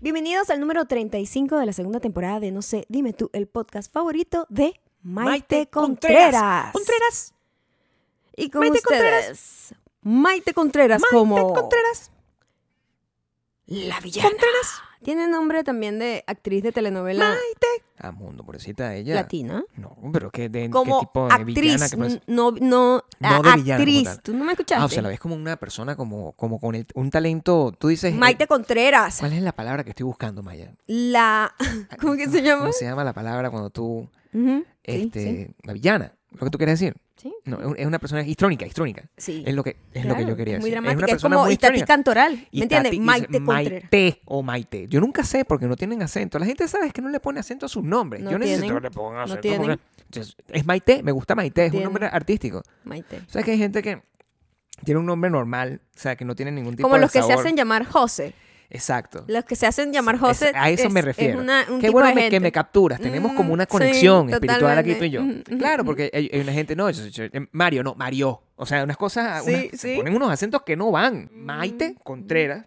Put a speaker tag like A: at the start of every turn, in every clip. A: Bienvenidos al número 35 de la segunda temporada de No sé, dime tú, el podcast favorito de Maite, Contreras.
B: Contreras.
A: Y con
B: Maite
A: ustedes,
B: Contreras.
A: Maite Contreras
B: Maite
A: como
B: Contreras.
A: la villana.
B: Contreras.
A: Tiene nombre también de actriz de telenovela
B: Maite. Ah, mundo, pobrecita ella.
A: latina.
B: No, pero ¿qué, de,
A: Como
B: ¿qué tipo de villana
A: actriz,
B: que parece?
A: n- no, no, ah,
B: de villana como
A: actriz.
B: tal.
A: ¿Tú no me escuchaste?
B: Ah, o sea, la ves como una persona como, como con el- un talento. Tú dices. eh,
A: Maite Contreras.
B: ¿Cuál es la palabra que estoy buscando, Maya?
A: La. ¿Cómo que se llama?
B: ¿Cómo se llama la palabra cuando tú.
A: Ujú, sí,
B: Este, La villana. Lo que tú quieres decir.
A: Sí.
B: No, es un- es una persona histrónica, histrónica.
A: Sí.
B: Es lo que, es lo que
A: Claro,
B: yo quería
A: es
B: decir.
A: Muy
B: es
A: dramática.
B: una
A: Es,
B: persona
A: como
B: muy
A: Itatí
B: histórica.
A: Cantoral.
B: Y
A: ¿Me entiendes?
B: Tati dice
A: Maite Contreras.
B: Maite o Maite. Yo nunca sé porque no tienen acento. La gente sabe que no le pone acento a sus nombres.
A: No
B: Yo necesito
A: tienen,
B: que le pongan
A: no
B: acento.
A: tienen.
B: porque- Entonces, es Maite, me gusta Maite, es un
A: tienen.
B: nombre artístico.
A: Maite.
B: O sea, que hay gente que tiene un nombre normal, o sea, que no tiene ningún tipo
A: Como
B: de
A: los que se
B: sabor.
A: hacen llamar José.
B: Exacto.
A: Los que se hacen llamar José.
B: Es- a eso
A: es-
B: me
A: es
B: refiero.
A: una- un
B: Qué
A: tipo
B: bueno
A: de
B: me- que
A: gente.
B: me capturas. Tenemos como
A: Mm,
B: una
A: sí,
B: conexión espiritual aquí tú y yo.
A: totalmente. Mm, mm,
B: Claro,
A: mm.
B: porque hay, hay una gente, no, yo- yo- yo- Mario, no, Mario. O sea, unas cosas,
A: Sí,
B: unas- se
A: sí.
B: ponen unos acentos que no van. Maite Contreras,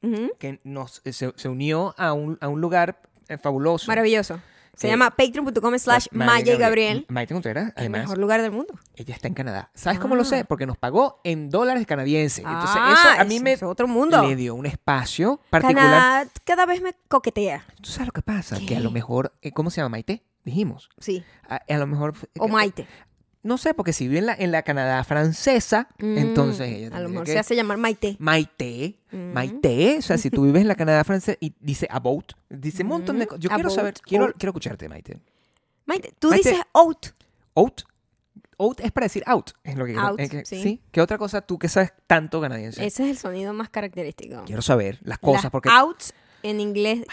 A: Ujú.
B: que nos, eh, se, se unió a un, a un lugar eh, fabuloso.
A: Maravilloso. Se
B: Eh,
A: llama patreon.com slash
B: Maya
A: Maya y Gabriel.
B: Maite Contreras,
A: El
B: además,
A: mejor lugar del mundo.
B: ella está en Canadá. ¿Sabes cómo lo
A: Ah.
B: sé? Porque nos pagó en dólares canadienses. Entonces,
A: Ah,
B: eso a mí
A: eso
B: me
A: es otro mundo.
B: le dio un espacio particular.
A: Canadá cada vez me coquetea.
B: ¿Tú sabes lo que pasa?
A: ¿Qué?
B: Que a lo mejor, eh, ¿cómo se llama? Maite, dijimos.
A: Sí.
B: A, a lo mejor.
A: O Maite.
B: No sé, porque si vive en la, en la Canadá francesa, entonces
A: Mm,
B: ella
A: A lo
B: tendría
A: mejor
B: que-
A: se hace llamar Maite.
B: Maite,
A: Mm.
B: Maite, o sea, si tú vives en la Canadá francesa y dice about, dice un montón de
A: Mm,
B: cosas. Yo quiero
A: about,
B: saber, quiero,
A: out.
B: quiero escucharte, Maite.
A: Maite. Tú
B: Maite-
A: dices out.
B: Out, out es para decir out, es lo que quiero-
A: Out,
B: es que-
A: sí.
B: ¿Qué otra cosa tú que sabes tanto canadiense?
A: Ese es el sonido más característico.
B: Quiero saber las cosas
A: Las
B: porque
A: outs en inglés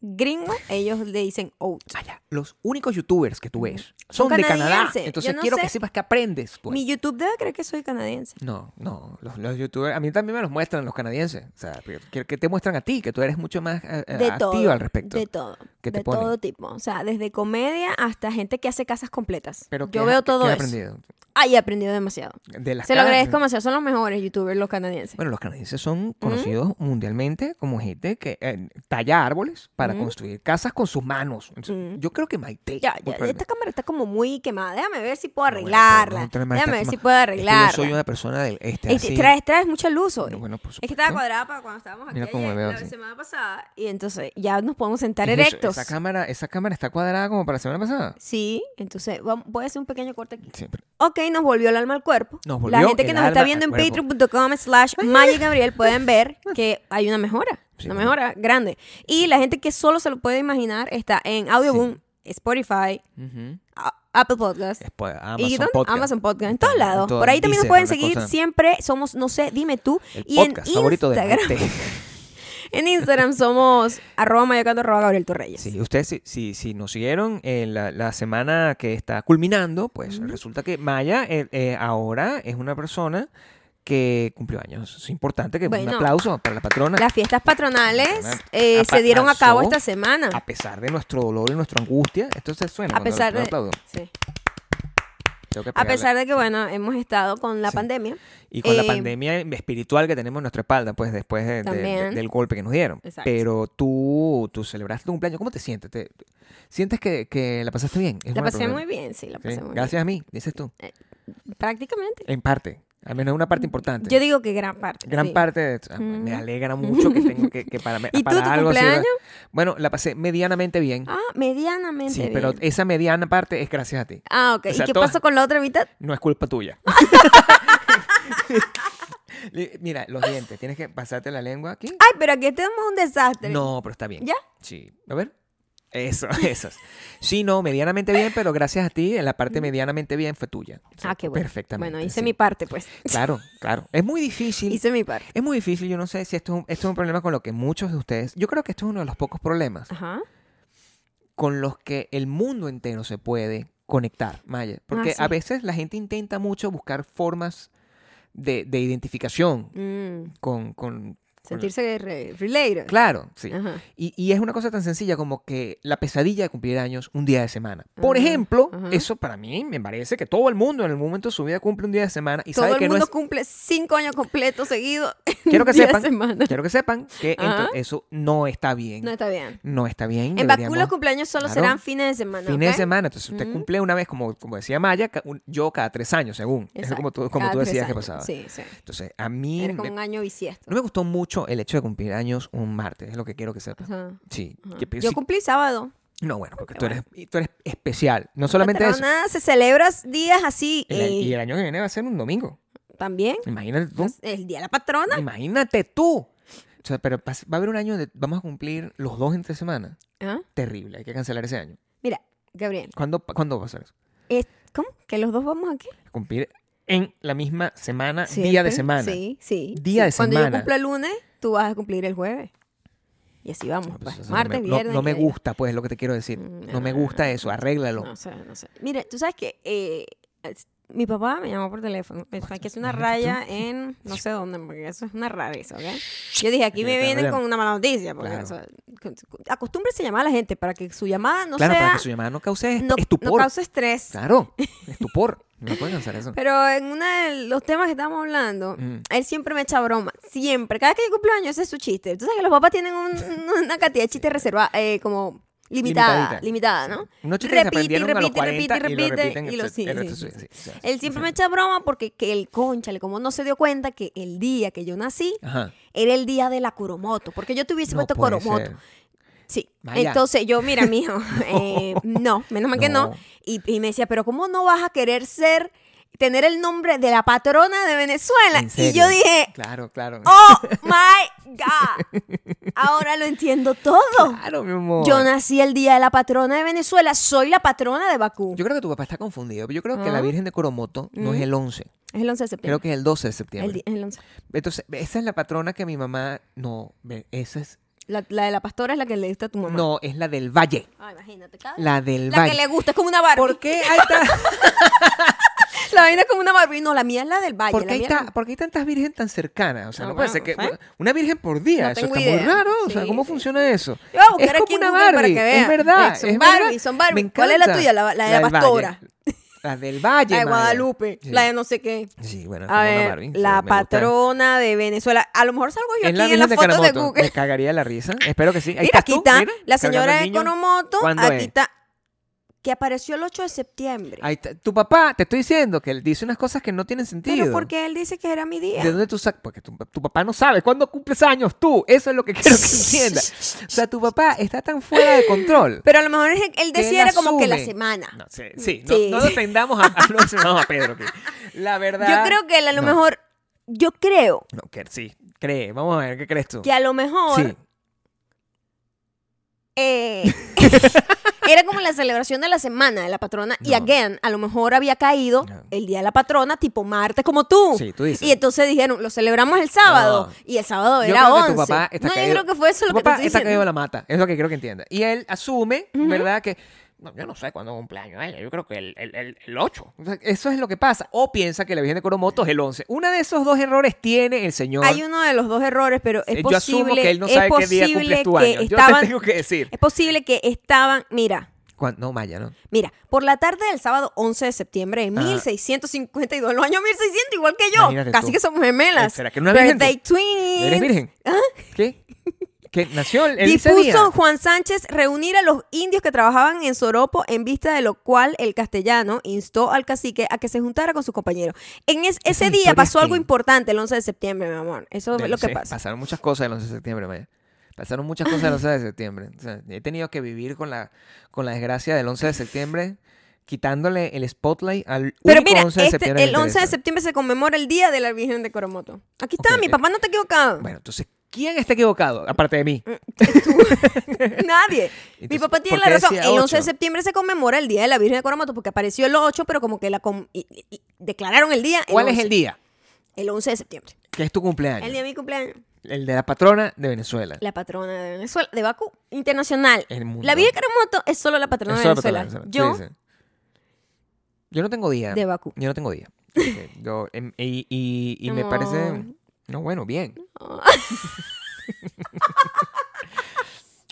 A: gringo, ellos le dicen out.
B: vaya, los únicos youtubers que tú ves
A: Mm. Son
B: son, de Canadá,
A: canadienses.
B: entonces
A: Yo no
B: quiero
A: sé.
B: que sepas que aprendes. pues.
A: Mi YouTube debe creer que soy canadiense.
B: No, no, los, los youtubers, a mí también me los muestran los canadienses. O sea, que, que te muestran a ti, que tú eres mucho más eh, eh,
A: De
B: activa
A: todo.
B: al respecto.
A: De todo.
B: ¿Qué te
A: de
B: ponen?
A: todo tipo. O sea, desde comedia hasta gente que hace casas completas.
B: Pero ¿qué
A: Yo
B: has-
A: veo
B: qué-
A: todo
B: qué has
A: eso.
B: aprendido?
A: Ay, he aprendido demasiado.
B: De las
A: Se lo
B: caras-
A: agradezco demasiado. Son los mejores youtubers los canadienses.
B: Bueno, los canadienses son conocidos mundialmente como gente que eh, talla árboles para construir casas con sus manos. Entonces, Yo creo que Maite.
A: ya,
B: por
A: ya,
B: ejemplo-
A: esta cámara está como muy quemada. Déjame ver si puedo
B: No, bueno, pero
A: arreglarla.
B: no, pero Maite,
A: Déjame ver
B: como-
A: si puedo
B: es que
A: arreglarla.
B: yo soy una persona del este.
A: Este,
B: así.
A: traes, traes mucha luz hoy.
B: No, bueno, por
A: es que estaba
B: supuesto.
A: cuadrada para cuando estábamos aquí
B: Mira cómo me
A: ayer,
B: veo
A: la
B: así.
A: semana pasada. Y entonces ya nos podemos sentar
B: ¿Qué es eso?
A: erectos.
B: Esa cámara, esa cámara está cuadrada como para la semana pasada.
A: Sí, entonces vamos, voy a hacer un pequeño corte aquí.
B: Sí, pero-
A: Ok, nos volvió el alma al cuerpo.
B: Nos
A: la
B: volvió
A: gente que
B: el
A: nos está
B: alma
A: viendo en
B: al cuerpo.
A: patreon.com slash Maya y Gabriel pueden ver que hay una mejora,
B: Sí,
A: una
B: bueno.
A: mejora grande. Y la gente que solo se lo puede imaginar está en Audioboom, Spotify,
B: Ujú.
A: A- Apple Podcast.
B: Es por Amazon
A: ¿Y dónde?
B: Podcast.
A: Amazon Podcast, en todos lados.
B: todo,
A: Por ahí también nos
B: Deezer,
A: pueden
B: una
A: seguir.
B: cosa.
A: Siempre somos, no sé, dime tú.
B: El
A: y en
B: podcast favorito de
A: Instagram,
B: Maite.
A: en Instagram somos arroba mayocando arroba Gabriel Torreyes.
B: Sí, ustedes si, si, si nos siguieron eh, la, la semana que está culminando, pues resulta que Maya eh, eh, ahora es una persona que cumplió años. Es importante que un
A: Bueno.
B: aplauso para la patrona.
A: Las fiestas patronales
B: Patrona
A: eh,
B: apa-
A: se dieron a cabo
B: pasó
A: esta semana.
B: A pesar de nuestro dolor y nuestra angustia, esto se suena.
A: A
B: cuando
A: pesar
B: lo
A: de-
B: aplaudo.
A: sí.
B: Tengo que
A: A
B: pegarle.
A: pesar de que, bueno, hemos estado con la
B: Sí.
A: pandemia.
B: Y con la
A: eh,
B: pandemia espiritual que tenemos en nuestra espalda, pues después de- de-
A: También.
B: del golpe que nos dieron.
A: Exacto.
B: Pero tú, tú celebraste tu cumpleaños, ¿cómo te sientes? ¿Te- ¿Sientes que, que la pasaste bien? Es
A: La
B: una
A: pasé
B: pregunta.
A: muy bien, sí, la
B: Sí,
A: pasé muy
B: Gracias a mí, dices tú.
A: bien. Prácticamente.
B: En parte. Al menos una parte importante.
A: Yo digo que gran parte.
B: Gran
A: sí.
B: parte de ah, Me alegra mucho que tengo que, que para, me-
A: ¿Y tú,
B: para
A: tu
B: algo sirva.
A: cumpleaños?
B: Bueno, la pasé medianamente bien.
A: Ah, medianamente.
B: sí,
A: bien.
B: pero esa mediana parte es gracias a ti.
A: Ah, ok.
B: o sea,
A: ¿Y qué
B: todo-
A: pasó con la otra mitad?
B: No es culpa tuya. Le- Mira, los dientes. Tienes que pasarte la lengua aquí.
A: Ay, pero aquí estamos un desastre.
B: No, pero está bien.
A: Ah, ¿Ya?
B: Sí. A ver. Eso, esas. Sí, no, medianamente bien, pero gracias a ti, en la parte medianamente bien fue tuya.
A: Ah, qué bueno.
B: Perfectamente.
A: Bueno, hice
B: sí.
A: mi parte, pues.
B: Claro, claro. Es muy difícil.
A: hice mi parte.
B: Es muy difícil, yo no sé si esto es, un, esto es un problema con lo que muchos de ustedes, yo creo que esto es uno de los pocos problemas
A: Ajá.
B: con los que el mundo entero se puede conectar, Maya. Porque
A: Ah, sí.
B: a veces la gente intenta mucho buscar formas de, de identificación
A: Mm,
B: con... con- con-
A: sentirse Ah. re- related.
B: Claro, sí.
A: Ajá.
B: Y, y es una cosa tan sencilla como que la pesadilla de cumplir años un día de semana. Por
A: Ajá,
B: ejemplo,
A: ajá.
B: eso para mí me parece que todo el mundo en algún momento de su vida cumple un día de semana y
A: Todo
B: sabe
A: el
B: que
A: mundo
B: no es...
A: cumple cinco años completos seguidos.
B: Quiero que
A: día
B: sepan,
A: semana.
B: quiero que sepan que ento-
A: Ajá.
B: eso no está bien.
A: No
B: No,
A: está bien.
B: está bien.
A: En Bakú
B: deberíamos-
A: los cumpleaños solo
B: Claro.
A: serán fines de semana.
B: Fines de
A: ¿ok?
B: semana, entonces usted
A: Ujú.
B: cumple una vez, como, como decía Maya, ca- un- yo cada tres años, según. Es
A: Exacto,
B: como tú, como
A: cada
B: tú
A: tres
B: decías que
A: años.
B: pasaba.
A: Sí, sí.
B: Entonces, a mí
A: Eres como
B: me-
A: un año bisiesto.
B: no me gustó mucho el hecho de cumplir años un martes, es lo que quiero que sepas.
A: Ajá,
B: Sí.
A: ajá.
B: que- pero
A: Yo
B: sí-
A: cumplí sábado.
B: no, bueno, porque
A: Qué
B: tú eres, tú eres especial. No solamente eso.
A: Patrona, se celebra días así.
B: el-
A: eh,
B: y el año que viene va a ser un domingo.
A: También.
B: Imagínate tú.
A: El día de la patrona.
B: Imagínate tú. O sea, pero pas- va a haber un año de. Vamos a cumplir los dos entre semana.
A: Ah,
B: Terrible, hay que cancelar ese año.
A: Mira, Gabriel.
B: ¿Cuándo, pa- ¿cuándo va a ser eso?
A: es- ¿Cómo? ¿Que los dos vamos aquí?
B: Cumplir en la misma semana, día
A: Siempre.
B: de semana.
A: Sí, sí.
B: Día
A: sí.
B: de
A: Cuando yo
B: semana.
A: cumplo el lunes, tú vas a cumplir el jueves. Y así vamos.
B: No, pues,
A: pues,
B: eso no
A: martes,
B: me- no-
A: viernes.
B: No, me
A: y ahí va.
B: gusta, pues, es lo que te quiero decir.
A: Mm,
B: No me
A: no,
B: gusta eso, arréglalo.
A: No sé, no sé. Mira, tú sabes que eh, es- mi papá me llamó por teléfono. Me dijo, Hay que hacer una
B: Imagínate
A: raya en no sé dónde, porque eso es una rareza, ¿ok? Yo dije, aquí
B: Ya
A: me
B: te
A: vienen
B: hablan.
A: con una mala noticia. Porque
B: Claro.
A: o sea, con- acostúmbrese a llamar a la gente para que su llamada no
B: claro,
A: sea.
B: para que su llamada no cause est-
A: no,
B: estupor.
A: no cause estrés.
B: Claro, estupor. No puedes cansar eso.
A: Pero en uno de los temas que estábamos hablando,
B: Mm.
A: él siempre me echa broma. Siempre. Cada vez que yo cumplo años, ese es su chiste. Tú sabes que los papás tienen un- una cantidad de chistes reservada, eh, como limitada,
B: Limitadita.
A: limitada, ¿no?
B: Unos chistes que se
A: Repite y
B: aprendieron a los
A: repite y
B: 40
A: repite y
B: y lo
A: repite
B: repiten
A: y lo-
B: el-
A: sí,
B: el resto
A: sí,
B: de
A: sí,
B: su- sí, sí,
A: Él
B: sí,
A: siempre
B: sí.
A: me echa broma porque que el conchale, como no se dio cuenta que el día que yo nací
B: Ajá.
A: era el día de la Kuromoto, porque yo te hubiese
B: Ah. No
A: puesto
B: puede
A: Kuromoto.
B: ser.
A: Sí.
B: Vaya.
A: Entonces yo, mira, mijo, eh, no, menos mal que no.
B: No.
A: Y, y me decía, pero ¿cómo no vas a querer ser, tener el nombre de la patrona de Venezuela?
B: ¿En
A: Y
B: serio?
A: yo dije,
B: Claro, claro.
A: oh my God, ahora lo entiendo todo.
B: Claro, mi amor.
A: Yo nací el día de la patrona de Venezuela, soy la patrona de Bakú.
B: Yo creo que tu papá está confundido. Yo creo que
A: Ah.
B: la Virgen de Coromoto no es el 11.
A: es el 11 de septiembre.
B: Creo que es el 12 de
A: El
B: septiembre.
A: di- el 11.
B: Entonces, esa es la patrona que mi mamá. No, ve, esa es.
A: La, la de la pastora es la que le gusta a tu mamá.
B: No, es la del Valle.
A: Ah, imagínate, cada-
B: La del
A: La que
B: Valle.
A: le gusta es como una Barbie.
B: ¿Por qué hay, ta-
A: La vaina es como una Barbie. No, la mía es la del valle.
B: por
A: Ah, la
B: qué hay
A: mía
B: ta-
A: no.
B: por qué hay tantas virgen tan cercanas? O sea,
A: No,
B: no, puede
A: bueno,
B: ser que.
A: ¿sabes?
B: Una virgen por día.
A: No
B: eso
A: tengo
B: está muy
A: idea.
B: raro. O sea,
A: Sí,
B: ¿cómo
A: sí,
B: funciona eso?
A: Yo voy a buscar
B: es como
A: aquí en
B: una
A: Google
B: Barbie.
A: para que vean.
B: Es verdad.
A: Son
B: es
A: Barbie,
B: verdad.
A: son Barbie.
B: Me
A: ¿Cuál es la
B: encanta.
A: tuya? La- la de
B: del
A: Pastora.
B: Valle. La del Valle.
A: La de
B: Maya.
A: Guadalupe,
B: Sí.
A: la de no sé qué.
B: Sí, bueno, es como
A: A
B: una
A: ver,
B: Barbie, sí, me
A: la
B: gusta.
A: patrona de Venezuela. A lo mejor salgo yo
B: Es la
A: aquí en
B: Virgen
A: las
B: de
A: fotos de
B: Caramoto. Me
A: Google.
B: cagaría la risa. Espero que sí. Ahí
A: Mira,
B: estás
A: aquí
B: tú,
A: está
B: mira,
A: la
B: cargando
A: señora
B: al
A: de
B: niño.
A: Conomoto.
B: ¿Cuándo
A: Aquí
B: es? Ah.
A: está. Que apareció el 8 de septiembre.
B: Ahí está. Tu papá, te estoy diciendo que él dice unas cosas que no tienen sentido.
A: Pero porque él dice que era mi día.
B: ¿De dónde tú sacas? Porque tu, tu papá no sabe cuándo cumples años tú. Eso es lo que quiero que entiendas. O sea, tu papá está tan fuera de control.
A: Pero a lo mejor es- él
B: que él
A: decía era como que la
B: asume-
A: semana.
B: No, sí, sí,
A: Mm, Sí.
B: No, no defendamos a, a- no defendamos a Pedro. aquí. La verdad.
A: Yo creo que él a lo
B: No.
A: mejor, yo creo
B: No, que sí, cree. Vamos a ver, ¿qué crees tú?
A: que a lo mejor
B: Sí.
A: eh, era como la celebración de la semana de la patrona y
B: No.
A: again, a lo mejor había caído
B: No.
A: el día de la patrona tipo martes como tú.
B: Sí, tú dices.
A: Y entonces dijeron, lo celebramos el sábado
B: No.
A: y el sábado
B: Yo
A: era
B: creo
A: 11.
B: que tu papá está
A: no,
B: caído.
A: yo creo que fue eso lo
B: Tu
A: que te
B: papá
A: estoy
B: está caído
A: diciendo.
B: de la mata, es lo que quiero que entienda. Y él asume,
A: Ujú.
B: ¿verdad? Que "No, yo no sé cuándo cumpleaños ella, yo creo que el, el, el- el 8. O sea, eso es lo que pasa. O piensa que la Virgen de Coromoto es el 11. Uno de esos dos errores tiene el señor.
A: Hay uno de los dos errores, pero es
B: Eh, yo
A: posible
B: asumo que él no
A: es
B: sabe qué día
A: posible
B: cumples tu
A: que
B: año. Yo
A: estaban
B: te tengo que decir.
A: es posible que estaban, mira,
B: Cuan- No, Maya, ¿no?
A: Mira, por la tarde del sábado 11 de septiembre de
B: Ajá.
A: 1652, los años 1600, igual que yo.
B: Ah. Imagínate
A: Casi
B: tú.
A: que somos gemelas.
B: Eh, ¿será que no era virgen
A: Birthday
B: ¿Eres
A: twins.
B: virgen? ¿Qué? ¿Qué? ¿Nació el, el ese día?
A: Ah. Dispuso Juan Sánchez reunir a los indios que trabajaban en Soropo, en vista de lo cual el castellano instó al cacique a que se juntara con sus compañeros. En es-
B: Esas
A: ese día
B: historias
A: pasó algo
B: que-
A: importante el 11 de septiembre, mi amor. Eso
B: Del
A: es lo que
B: 11.
A: pasa.
B: Pasaron muchas cosas el 11 de septiembre, Maya. Pasaron muchas cosas el 11 de septiembre. O sea, he tenido que vivir con la, con la desgracia del 11 de septiembre, quitándole el spotlight al
A: Pero
B: único
A: mira,
B: 11 de
A: este-
B: septiembre. que
A: el
B: me
A: 11 de
B: interesa.
A: septiembre se conmemora el Día de la Virgen de Coromoto. Aquí está,
B: Ok,
A: mi
B: eh,
A: papá no te equivocado.
B: Bueno, entonces, ¿quién está equivocado? Aparte de
A: Mm,
B: mí.
A: Nadie. Mi
B: Entonces,
A: papá tiene la
B: ¿por qué
A: razón.
B: decía
A: El 11 de
B: ocho?
A: septiembre se conmemora el Día de la Virgen de Coromoto porque apareció el 8, pero como que la com- y- y- y declararon el día.
B: ¿Cuál es el
A: 11.
B: día? Ah,
A: El 11 de septiembre.
B: Que es tu cumpleaños.
A: El día de mi cumpleaños.
B: El de la patrona de Venezuela.
A: La patrona de Venezuela, de Bakú, internacional.
B: El mundo.
A: La Virgen de Coromoto es solo la patrona
B: Es
A: de
B: solo la patrona
A: Venezuela.
B: de
A: Yo,
B: Venezuela. Sí, sí. Yo no tengo día.
A: de Bakú.
B: Yo no tengo día. Ok, yo- em, y y- y me parece.
A: No.
B: No, bueno, bien.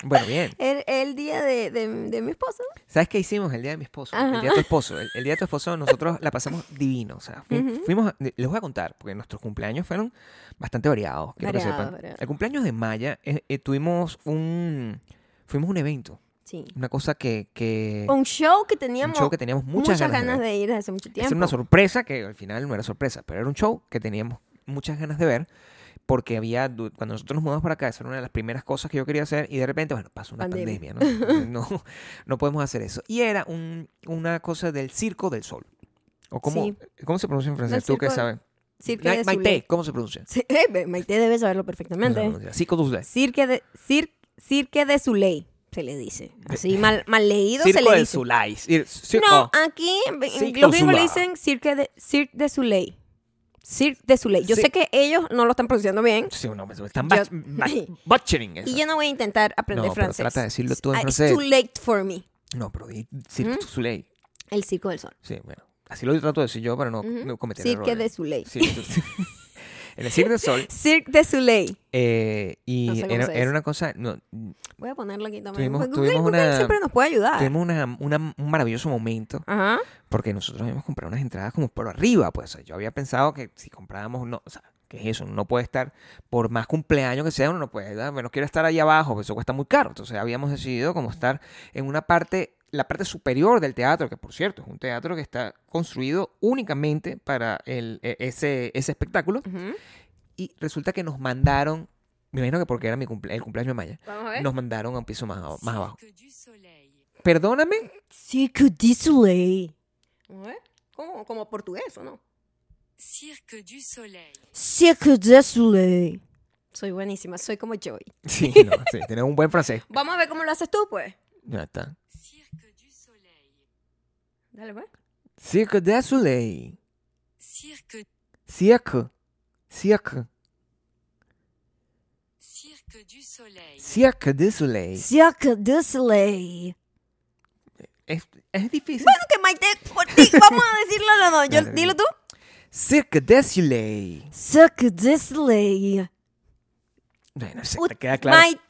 B: Bueno, bien.
A: El, el día de, de- de mi esposa.
B: ¿Sabes qué hicimos el día de mi esposo?
A: Ajá.
B: El día de tu esposo. El, el día de tu esposo nosotros la pasamos divino. O sea, fu-
A: Ujú.
B: fuimos... a- les voy a contar, porque nuestros cumpleaños fueron bastante variados. Quiero que
A: Variados,
B: sepan.
A: variados.
B: El cumpleaños de Maya eh, eh, tuvimos un... Fuimos a un evento.
A: Sí.
B: Una cosa que... que
A: Un show que
B: un
A: teníamos
B: show que teníamos muchas, ganas de ver.
A: de ir hace mucho
B: Es
A: tiempo.
B: una sorpresa que al final no era sorpresa, pero era un show que teníamos muchas ganas de ver porque había du- cuando nosotros nos mudamos para acá, esa era una de las primeras cosas que yo quería hacer y de repente, bueno, pasó una
A: Pandemia.
B: pandemia, ¿no? no no podemos hacer eso. Y era un- una cosa del Circo del Sol. O cómo,
A: Sí.
B: ¿Cómo se pronuncia en francés? ¿Tú qué
A: Circo-
B: sabes?
A: Cirque
B: Ma-
A: de Soleil.
B: Maite, ¿cómo se pronuncia?
A: Sí, eh, Be- Maite debe saberlo
B: No sé
A: perfectamente.
B: cómo pronuncia. Circo du Soleil.
A: Cirque de, cir, cirque de Soleil, se le dice. Así mal, mal leído se
B: Circo
A: le
B: del
A: dice.
B: Soleil. Cir- cir-
A: No,
B: oh,
A: aquí ve-
B: Cirque
A: los
B: du
A: gringos le
B: Soleil.
A: dicen Cirque de, Cirque de Soleil. Cirque de Soleil. Yo
B: Sí.
A: sé que ellos no lo están pronunciando bien.
B: sí, no, me- están
A: Yo-
B: butch- butch- butchering eso.
A: Y yo no voy a intentar aprender
B: No, pero
A: francés.
B: trata de decirlo tú en
A: Ah,
B: francés.
A: It's too late for me.
B: No, pero di Circo
A: ¿Mm?
B: du Soleil.
A: El circo del sol.
B: Sí, bueno. Así lo trato de decir yo para no, no cometer
A: Cirque
B: Pues errores.
A: de Soleil.
B: Sí, entonces- en el Cirque del Sol.
A: Cirque de Soleil.
B: eh, y
A: No sé cómo
B: era,
A: se dice.
B: era una cosa. no,
A: Voy a ponerlo aquí también.
B: Tuvimos-
A: Google,
B: tuvimos
A: Google
B: una-
A: siempre nos puede ayudar.
B: tuvimos una- una- un maravilloso momento
A: Ajá.
B: porque nosotros habíamos comprado unas entradas como por arriba. Pues o sea, yo había pensado que si comprábamos. No, o sea, ¿qué es eso? Uno no puede estar. Por más cumpleaños que sea, uno no puede. ¿verdad? Bueno, quiero estar ahí abajo, pues eso cuesta muy caro. Entonces habíamos decidido como estar en una parte. La parte superior del teatro, que por cierto es un teatro que está construido únicamente para el, e- ese, ese espectáculo.
A: Ujú.
B: Y resulta que nos mandaron, me imagino que porque era mi cumple- el cumpleaños de Maya,
A: Vamos a ver.
B: nos mandaron a un piso más, abajo- más abajo. Perdóname,
A: Cirque du Soleil. Vamos a ver. Como, como portugués, ¿o no?
C: Cirque du Soleil.
A: Cirque du Soleil. Soy buenísima, soy como Joy.
B: sí, no, sí, tenés un buen francés.
A: Vamos a ver cómo lo haces tú, pues.
B: Ya está.
C: Cirque du Soleil.
A: Dale, pues.
B: Cirque de Soleil.
C: Cirque,
B: Cirque. Cirque.
C: cirque du Soleil.
B: Cirque de Soleil.
A: Cirque du Soleil.
B: Es, es difícil.
A: Que Maite, por ti, vamos a decirlo los dos. Yo,
B: Dale,
A: dilo tú.
B: Cirque de Soleil.
A: Cirque du Soleil.
B: Bueno, se
A: Ut-
B: te queda claro.
A: Maite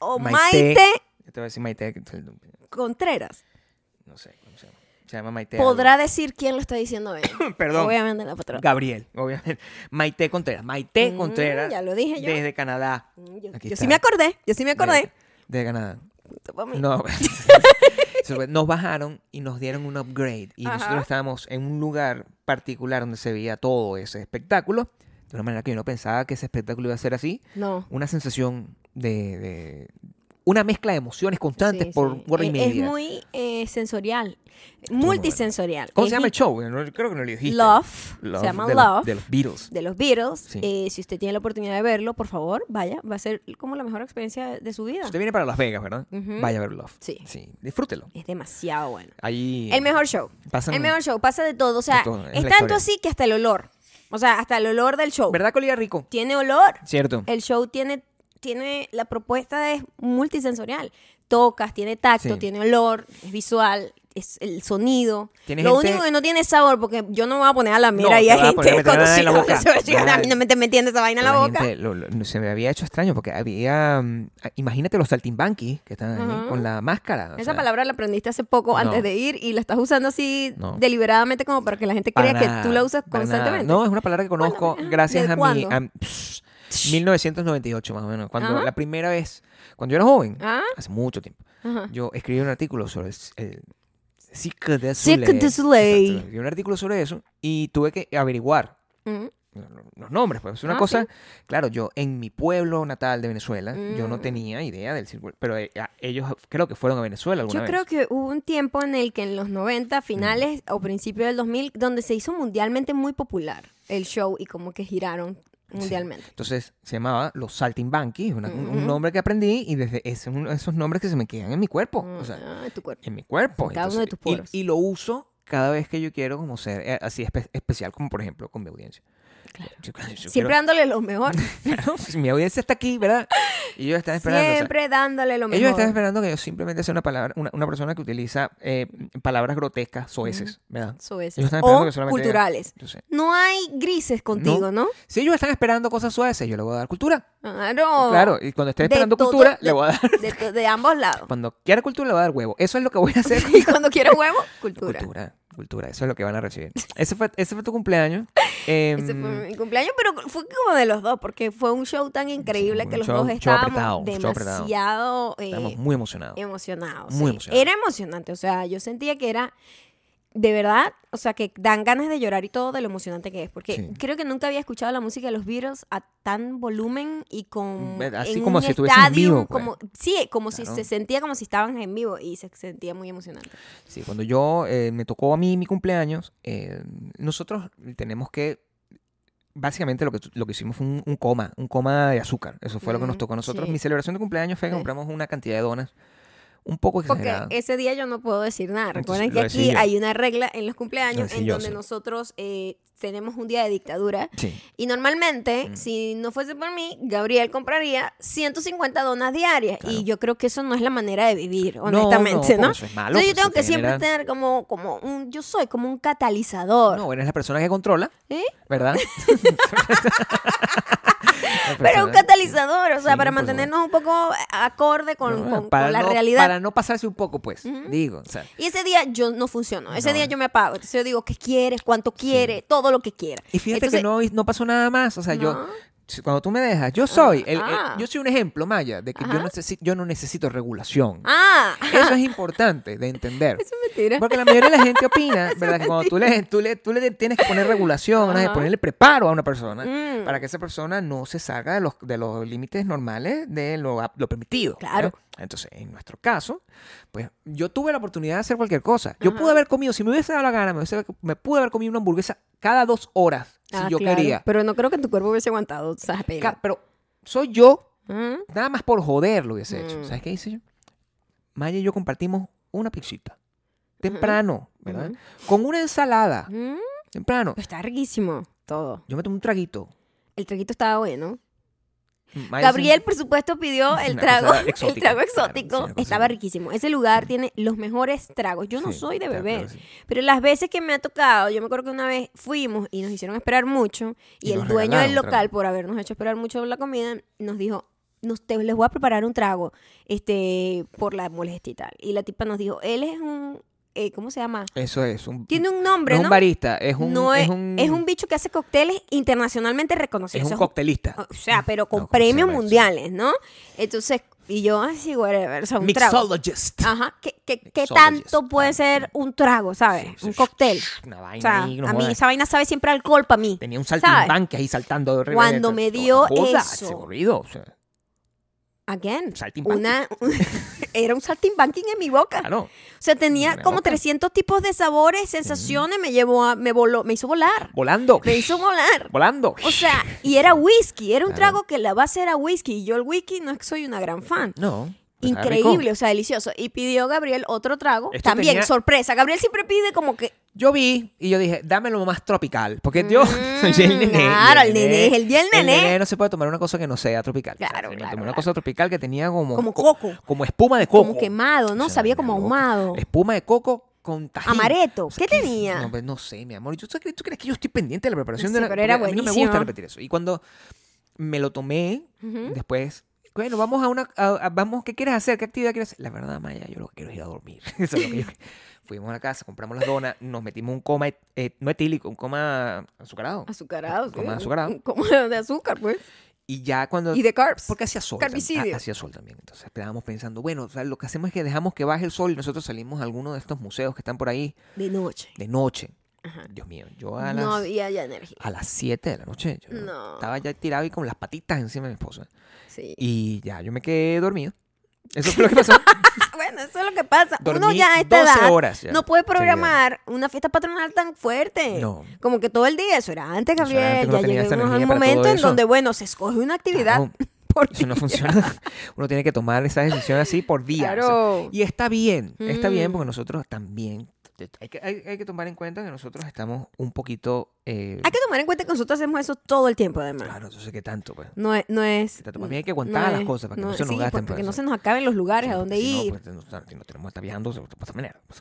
A: o Maite,
B: Maite. Yo te voy a decir Maite, que-
A: Contreras
B: no sé cómo se llama. Se llama Maite. algo.
A: podrá decir quién lo está diciendo bien.
B: Perdón.
A: Obviamente la patrona.
B: Gabriel, obviamente. Maite Contreras. Maite
A: Mm,
B: Contreras.
A: ya lo dije yo.
B: Desde Canadá.
A: Mm, Yo,
B: Aquí
A: yo sí
B: está.
A: me acordé, yo sí me acordé.
B: De, de Canadá.
A: Toma mi-
B: No. Sobre- nos bajaron y nos dieron un upgrade. Y
A: Ajá.
B: nosotros estábamos en un lugar particular donde se veía todo ese espectáculo. De una manera que yo no pensaba que ese espectáculo iba a ser así.
A: No.
B: Una sensación de. de- una mezcla de emociones constantes
A: Sí,
B: por
A: sí.
B: hora y
A: Eh,
B: media.
A: Es muy eh, sensorial,
B: bueno.
A: multisensorial.
B: ¿Cómo
A: Es
B: se llama
A: mi-
B: el show? No, creo que no lo dijiste.
A: Love,
B: Love,
A: se llama
B: de los-
A: Love
B: de los Beatles.
A: de los Beatles.
B: Sí.
A: Eh, si usted tiene la oportunidad de verlo, por favor, vaya. Va a ser como la mejor experiencia de su vida.
B: Usted viene para Las Vegas, ¿verdad?
A: Ujú.
B: Vaya a ver Love.
A: Sí.
B: Disfrútelo.
A: Es demasiado bueno.
B: Ahí.
A: El mejor show.
B: pasan-
A: El mejor show. Pasa de todo. O sea,
B: De todo, es
A: es
B: la
A: tanto
B: historia.
A: así que hasta el olor. O sea, hasta el olor del show.
B: ¿Verdad que olía rico?
A: Tiene olor.
B: Cierto.
A: El show tiene, tiene, la propuesta es multisensorial. Tocas, tiene tacto,
B: Sí.
A: tiene olor, es visual, es el sonido.
B: Tiene
A: Lo
B: gente-
A: único que no tiene es sabor, porque yo no me voy a poner a la mira
B: No,
A: ahí a
B: te vas a poner a
A: gente
B: meter nada en la
A: conocida.
B: boca.
A: Se va a llegar, A mí no me te metiendo esa vaina en la
B: la
A: boca.
B: gente, lo- lo- no, se me había hecho extraño porque había. mm, a- imagínate los saltimbanquis que están ahí
A: Ajá.
B: con la máscara. o
A: Esa
B: sea,
A: palabra la aprendiste hace poco antes
B: No.
A: de ir y la estás usando así
B: No.
A: deliberadamente como para que la gente
B: para
A: crea que
B: nada,
A: tú la usas
B: para nada.
A: constantemente.
B: No, es una palabra que conozco
A: Bueno, ajá.
B: gracias
A: ¿Desde
B: a mi.
A: cuándo?
B: a- pss, 1998, más o menos. Cuando
A: Ajá.
B: la primera vez. Cuando yo era joven,
A: Ah,
B: hace mucho tiempo,
A: ajá.
B: yo escribí un artículo sobre el. el Cirque du
A: Cirque du Soleil.
B: Exacto, Escribí un artículo sobre eso y tuve que averiguar
A: Mm,
B: los nombres, pues es una
A: Ah,
B: cosa,
A: sí.
B: claro, yo en mi pueblo natal de Venezuela, yo no
A: Mm.
B: tenía idea del círculo, pero eh, a- ellos creo que fueron a Venezuela alguna
A: Yo
B: vez. Mm.
A: creo que hubo un tiempo en el que en los 90, finales o principios del 2000, donde se hizo mundialmente muy popular el show y como que giraron mundialmente.
B: Entonces se llamaba Los Saltimbanquis, una- un- un
A: Ujú.
B: nombre que aprendí y desde ese, uno de esos nombres que se me quedan en mi cuerpo, o sea,
A: Ah, tu cuerpo.
B: en mi cuerpo.
A: En cada uno de tus
B: y-
A: poros.
B: Y, lo uso cada vez que yo quiero como ser eh, así espe- especial, como por ejemplo con mi audiencia.
A: Siempre dándole lo mejor.
B: mi audiencia está aquí, ¿verdad? Y ellos están esperando. o sea,
A: Siempre dándole lo mejor.
B: ellos están esperando que yo simplemente sea una palabra, una, una persona que utiliza eh, palabras grotescas, soeces, ¿verdad?
A: Soeces.
B: Ellos están esperando
A: O
B: que solamente diga-
A: culturales.
B: Yo sé.
A: No hay grises contigo, ¿no?
B: Si ellos están esperando cosas suaves, yo le voy a dar cultura.
A: Claro.
B: Claro, y cuando esté
A: Oh, De
B: esperando
A: todo-
B: cultura,
A: de-
B: le voy a dar.
A: De, to- de ambos lados.
B: Cuando quiera cultura, le voy a dar huevo. Eso es lo que voy a hacer.
A: y cuando quiero huevo, cultura.
B: cultura. cultura, eso es lo que van a recibir. Ese fue, ese fue tu cumpleaños. Em,
A: Ese fue mi cumpleaños, pero fue como de los dos, porque fue un show tan increíble
B: un
A: que los
B: show-
A: dos
B: show
A: estábamos
B: apretado, un show apretado.
A: demasiado eh,
B: Estamos muy emocionados.
A: emocionados. sí.
B: Muy emocionados.
A: Era emocionante, o sea, yo sentía que era de verdad, o sea, que dan ganas de llorar y todo de lo emocionante que es, porque
B: Sí.
A: creo que nunca había escuchado la música de los Beatles a tan volumen y con
B: Ve- así
A: en
B: como
A: un
B: si estuviesen en
A: estadio,
B: vivo, pues.
A: como sí, como si
B: Claro.
A: se sentía como si estaban en vivo y se sentía muy emocionante.
B: Sí, cuando yo eh, me tocó a mí mi cumpleaños, eh, nosotros tenemos que. Básicamente lo que, tu- lo que hicimos fue un, un coma, un coma de azúcar. Eso fue lo que nos
A: Mm,
B: tocó a nosotros.
A: sí.
B: Mi celebración de cumpleaños fue que
A: Sí.
B: compramos una cantidad de donas un poco
A: Porque
B: exagerada.
A: ese día yo no puedo decir nada.
B: Entonces,
A: Recuerden que
B: lo decidí
A: aquí
B: yo.
A: hay una regla en los
B: Lo
A: cumpleaños
B: decidí
A: en
B: yo,
A: donde
B: sí.
A: nosotros eh, tenemos un día de dictadura.
B: Sí.
A: Y normalmente,
B: Mm.
A: si no fuese por mí, Gabriel compraría 150 donas diarias.
B: Claro.
A: Y yo creo que eso no es la manera de vivir, honestamente,
B: no,
A: ¿no?
B: porque eso es malo,
A: Entonces
B: pues,
A: yo
B: porque
A: tengo
B: eso
A: que
B: te
A: siempre
B: genera-
A: tener como, como un, yo soy como un catalizador.
B: No, eres la persona que controla,
A: ¿eh?
B: ¿verdad? La
A: Pero un
B: persona-
A: catalizador, o sea,
B: Sí,
A: para
B: por
A: mantenernos un poco acorde con,
B: No,
A: con- con
B: para
A: la
B: no-
A: realidad.
B: Para no pasarse un poco, pues, digo. O sea,
A: Y ese día yo no funciono. Ese
B: No.
A: día yo me apago. Entonces yo digo, ¿qué quieres? ¿Cuánto quieres? Todo lo que quieras.
B: y fíjate
A: Entonces,
B: que no, no pasó nada más. O sea, yo,
A: No.
B: si- cuando tú me dejas, yo soy, el- el-
A: ah.
B: yo soy un ejemplo, Maya, de que yo,
A: Ajá.
B: necesi- yo no necesito regulación.
A: Ah,
B: Eso es importante de entender.
A: eso es mentira.
B: Porque la mayoría de la gente opina, ¿verdad? Que cuando tú le, tú, le, tú le tienes que poner regulación, ¿no? Y
A: Ajá.
B: ponerle preparo a una persona
A: Mm.
B: para que esa persona no se salga de los, de los límites normales de lo, a- lo permitido.
A: Claro.
B: ¿no? Entonces, en nuestro caso, pues yo tuve la oportunidad de hacer cualquier cosa. Yo pude haber comido, si me hubiese dado la gana, me, hubiese- me pude haber comido una hamburguesa cada dos horas, si
A: Ah,
B: yo
A: claro.
B: quería.
A: Pero no creo que tu cuerpo hubiese aguantado esas pegas.
B: Ca- Pero soy yo,
A: ¿Mm?
B: nada más por joder lo hubiese hecho.
A: Mm.
B: ¿Sabes qué hice yo? Maya y yo compartimos una pizzita. Temprano, ¿verdad? Con una ensalada.
A: ¿Mm?
B: Temprano.
A: Pero está riquísimo todo.
B: Yo me tomé un traguito.
A: El traguito estaba bueno.
B: Maya
A: Gabriel, por supuesto, pidió el
B: Una
A: trago,
B: cosa
A: el
B: exótica,
A: trago
B: claro,
A: exótico.
B: sí, una cosa
A: estaba
B: así.
A: riquísimo. Ese lugar tiene los mejores tragos. Yo no
B: Sí,
A: soy de
B: claro,
A: beber,
B: claro, sí.
A: pero las veces que me ha tocado, yo me acuerdo que una vez fuimos y nos hicieron esperar mucho y,
B: Y
A: el
B: nos
A: dueño del
B: regalaron un
A: local,
B: trago.
A: por habernos hecho esperar mucho la comida, nos dijo, nos, te, les voy a preparar un trago este, por la molestia y tal. Y la tipa nos dijo, él es un, eh, ¿cómo se llama?
B: Eso es. Un,
A: Tiene un
B: no
A: nombre,
B: es
A: ¿no?
B: un barista, es un,
A: no
B: es,
A: es,
B: un,
A: es un bicho que hace cócteles internacionalmente
B: es
A: reconocidos.
B: un
A: O sea,
B: coctelista.
A: o sea, pero con
B: No, ¿cómo se
A: premios
B: llama eso?
A: mundiales, ¿no? Entonces, y yo así, whatever, o sea, ah, un trago. Ah,
B: Mixologist.
A: Ajá, ¿qué, qué, qué
B: Mixologist,
A: tanto puede
B: claro.
A: ser un trago, sabes?
B: Sí, sí,
A: un cóctel.
B: Una vaina
A: O sea,
B: ahí, no
A: a mí
B: jodas.
A: esa vaina sabe siempre a alcohol para mí.
B: Tenía un
A: ¿sabes?
B: saltimbanque ahí saltando de arriba de-
A: Cuando me
B: no
A: dio
B: jodas,
A: eso.
B: Se me olvidó. o sea,
A: Again,
B: Saltimbanqui.
A: una, era un saltimbanking en mi boca.
B: claro.
A: O sea, tenía
B: Una
A: como
B: boca.
A: 300 tipos de sabores, sensaciones, me llevó a, me voló, me hizo volar.
B: Volando.
A: Me hizo volar.
B: Volando.
A: O sea, y era whisky, era un
B: Claro.
A: trago que la base era whisky y yo el whisky no es que soy una gran fan.
B: No. pues, está rico.
A: Increíble, o sea, delicioso. Y pidió Gabriel otro trago.
B: Esto
A: También,
B: tenía-
A: sorpresa. Gabriel siempre pide como que.
B: Yo vi y yo dije, dame lo más tropical. Porque yo soy el nene.
A: Mm, claro, el nene, el día del nene.
B: no se puede tomar una cosa que no sea tropical.
A: Claro,
B: se me
A: claro,
B: tomó Una
A: claro.
B: cosa tropical que tenía como.
A: Como
B: co-
A: coco.
B: Como espuma de coco.
A: Como quemado, ¿no?
B: O sea,
A: Sabía
B: una
A: como
B: loca.
A: ahumado.
B: Espuma de coco con tajín.
A: Amaretto. ¿Qué
B: es-
A: tenía?
B: No, pues, no sé, mi amor. ¿Tú, tú crees que yo estoy pendiente de la preparación
A: Sí,
B: de la
A: pero era
B: a mí no me gusta
A: buenísimo.
B: repetir eso. Y cuando me lo tomé, después. Bueno, vamos a una. a- a- vamos, ¿qué quieres hacer? ¿Qué actividad quieres hacer? La verdad, Maya, yo lo que quiero es ir a dormir. Eso es lo que yo- Fuimos a la casa, compramos las donas, nos metimos un coma, et- eh, no etílico, un coma azucarado.
A: Azucarado.
B: Como azucarado.
A: Como de azúcar, pues.
B: Y ya cuando.
A: Y de carbs.
B: Porque hacía sol.
A: Carbicidio.
B: también, ha- Hacía sol también. Entonces estábamos pensando, bueno, o sea, lo que hacemos es que dejamos que baje el sol y nosotros salimos a alguno de estos museos que están por ahí
A: De noche.
B: de noche.
A: Ajá.
B: Dios mío, yo a las,
A: No había ya energía.
B: a las 7 de la noche yo
A: No.
B: estaba ya tirado y con las patitas encima de mi esposa.
A: Sí.
B: Y ya yo me quedé dormido. Eso fue lo que pasó.
A: Ah, Bueno, eso es lo que pasa. Uno
B: Dormí
A: ya a esta
B: 12
A: edad
B: horas ya.
A: no puede programar eh, una fiesta patronal tan fuerte.
B: No.
A: Como que todo el día, eso era antes,
B: Eso era
A: Gabriel.
B: antes que uno
A: ya
B: tenía esa
A: llegamos a un
B: energía para todo
A: momento en
B: eso.
A: donde, bueno, se escoge una actividad.
B: Claro,
A: por
B: eso no
A: día.
B: funciona. Uno tiene que tomar esa decisión así por día. o sea,
A: Claro.
B: y está bien, está bien
A: Mm.
B: porque nosotros también Hay que, hay, hay que tomar en cuenta que nosotros estamos un poquito... eh,
A: Hay que tomar en cuenta que nosotros hacemos eso todo el tiempo, además.
B: Claro, entonces qué tanto, pues.
A: No es, no es.
B: Tanto, para mí hay que aguantar las
A: Mm, es-
B: cosas para que no se nos
A: sí,
B: gasten,
A: pues,
B: pues,
A: Para que no
B: eso.
A: se nos acaben los lugares a
B: Sí,
A: dónde
B: porque si
A: ir.
B: No, pues, no, o sea, si no tenemos que estar viajando de otra manera. pues,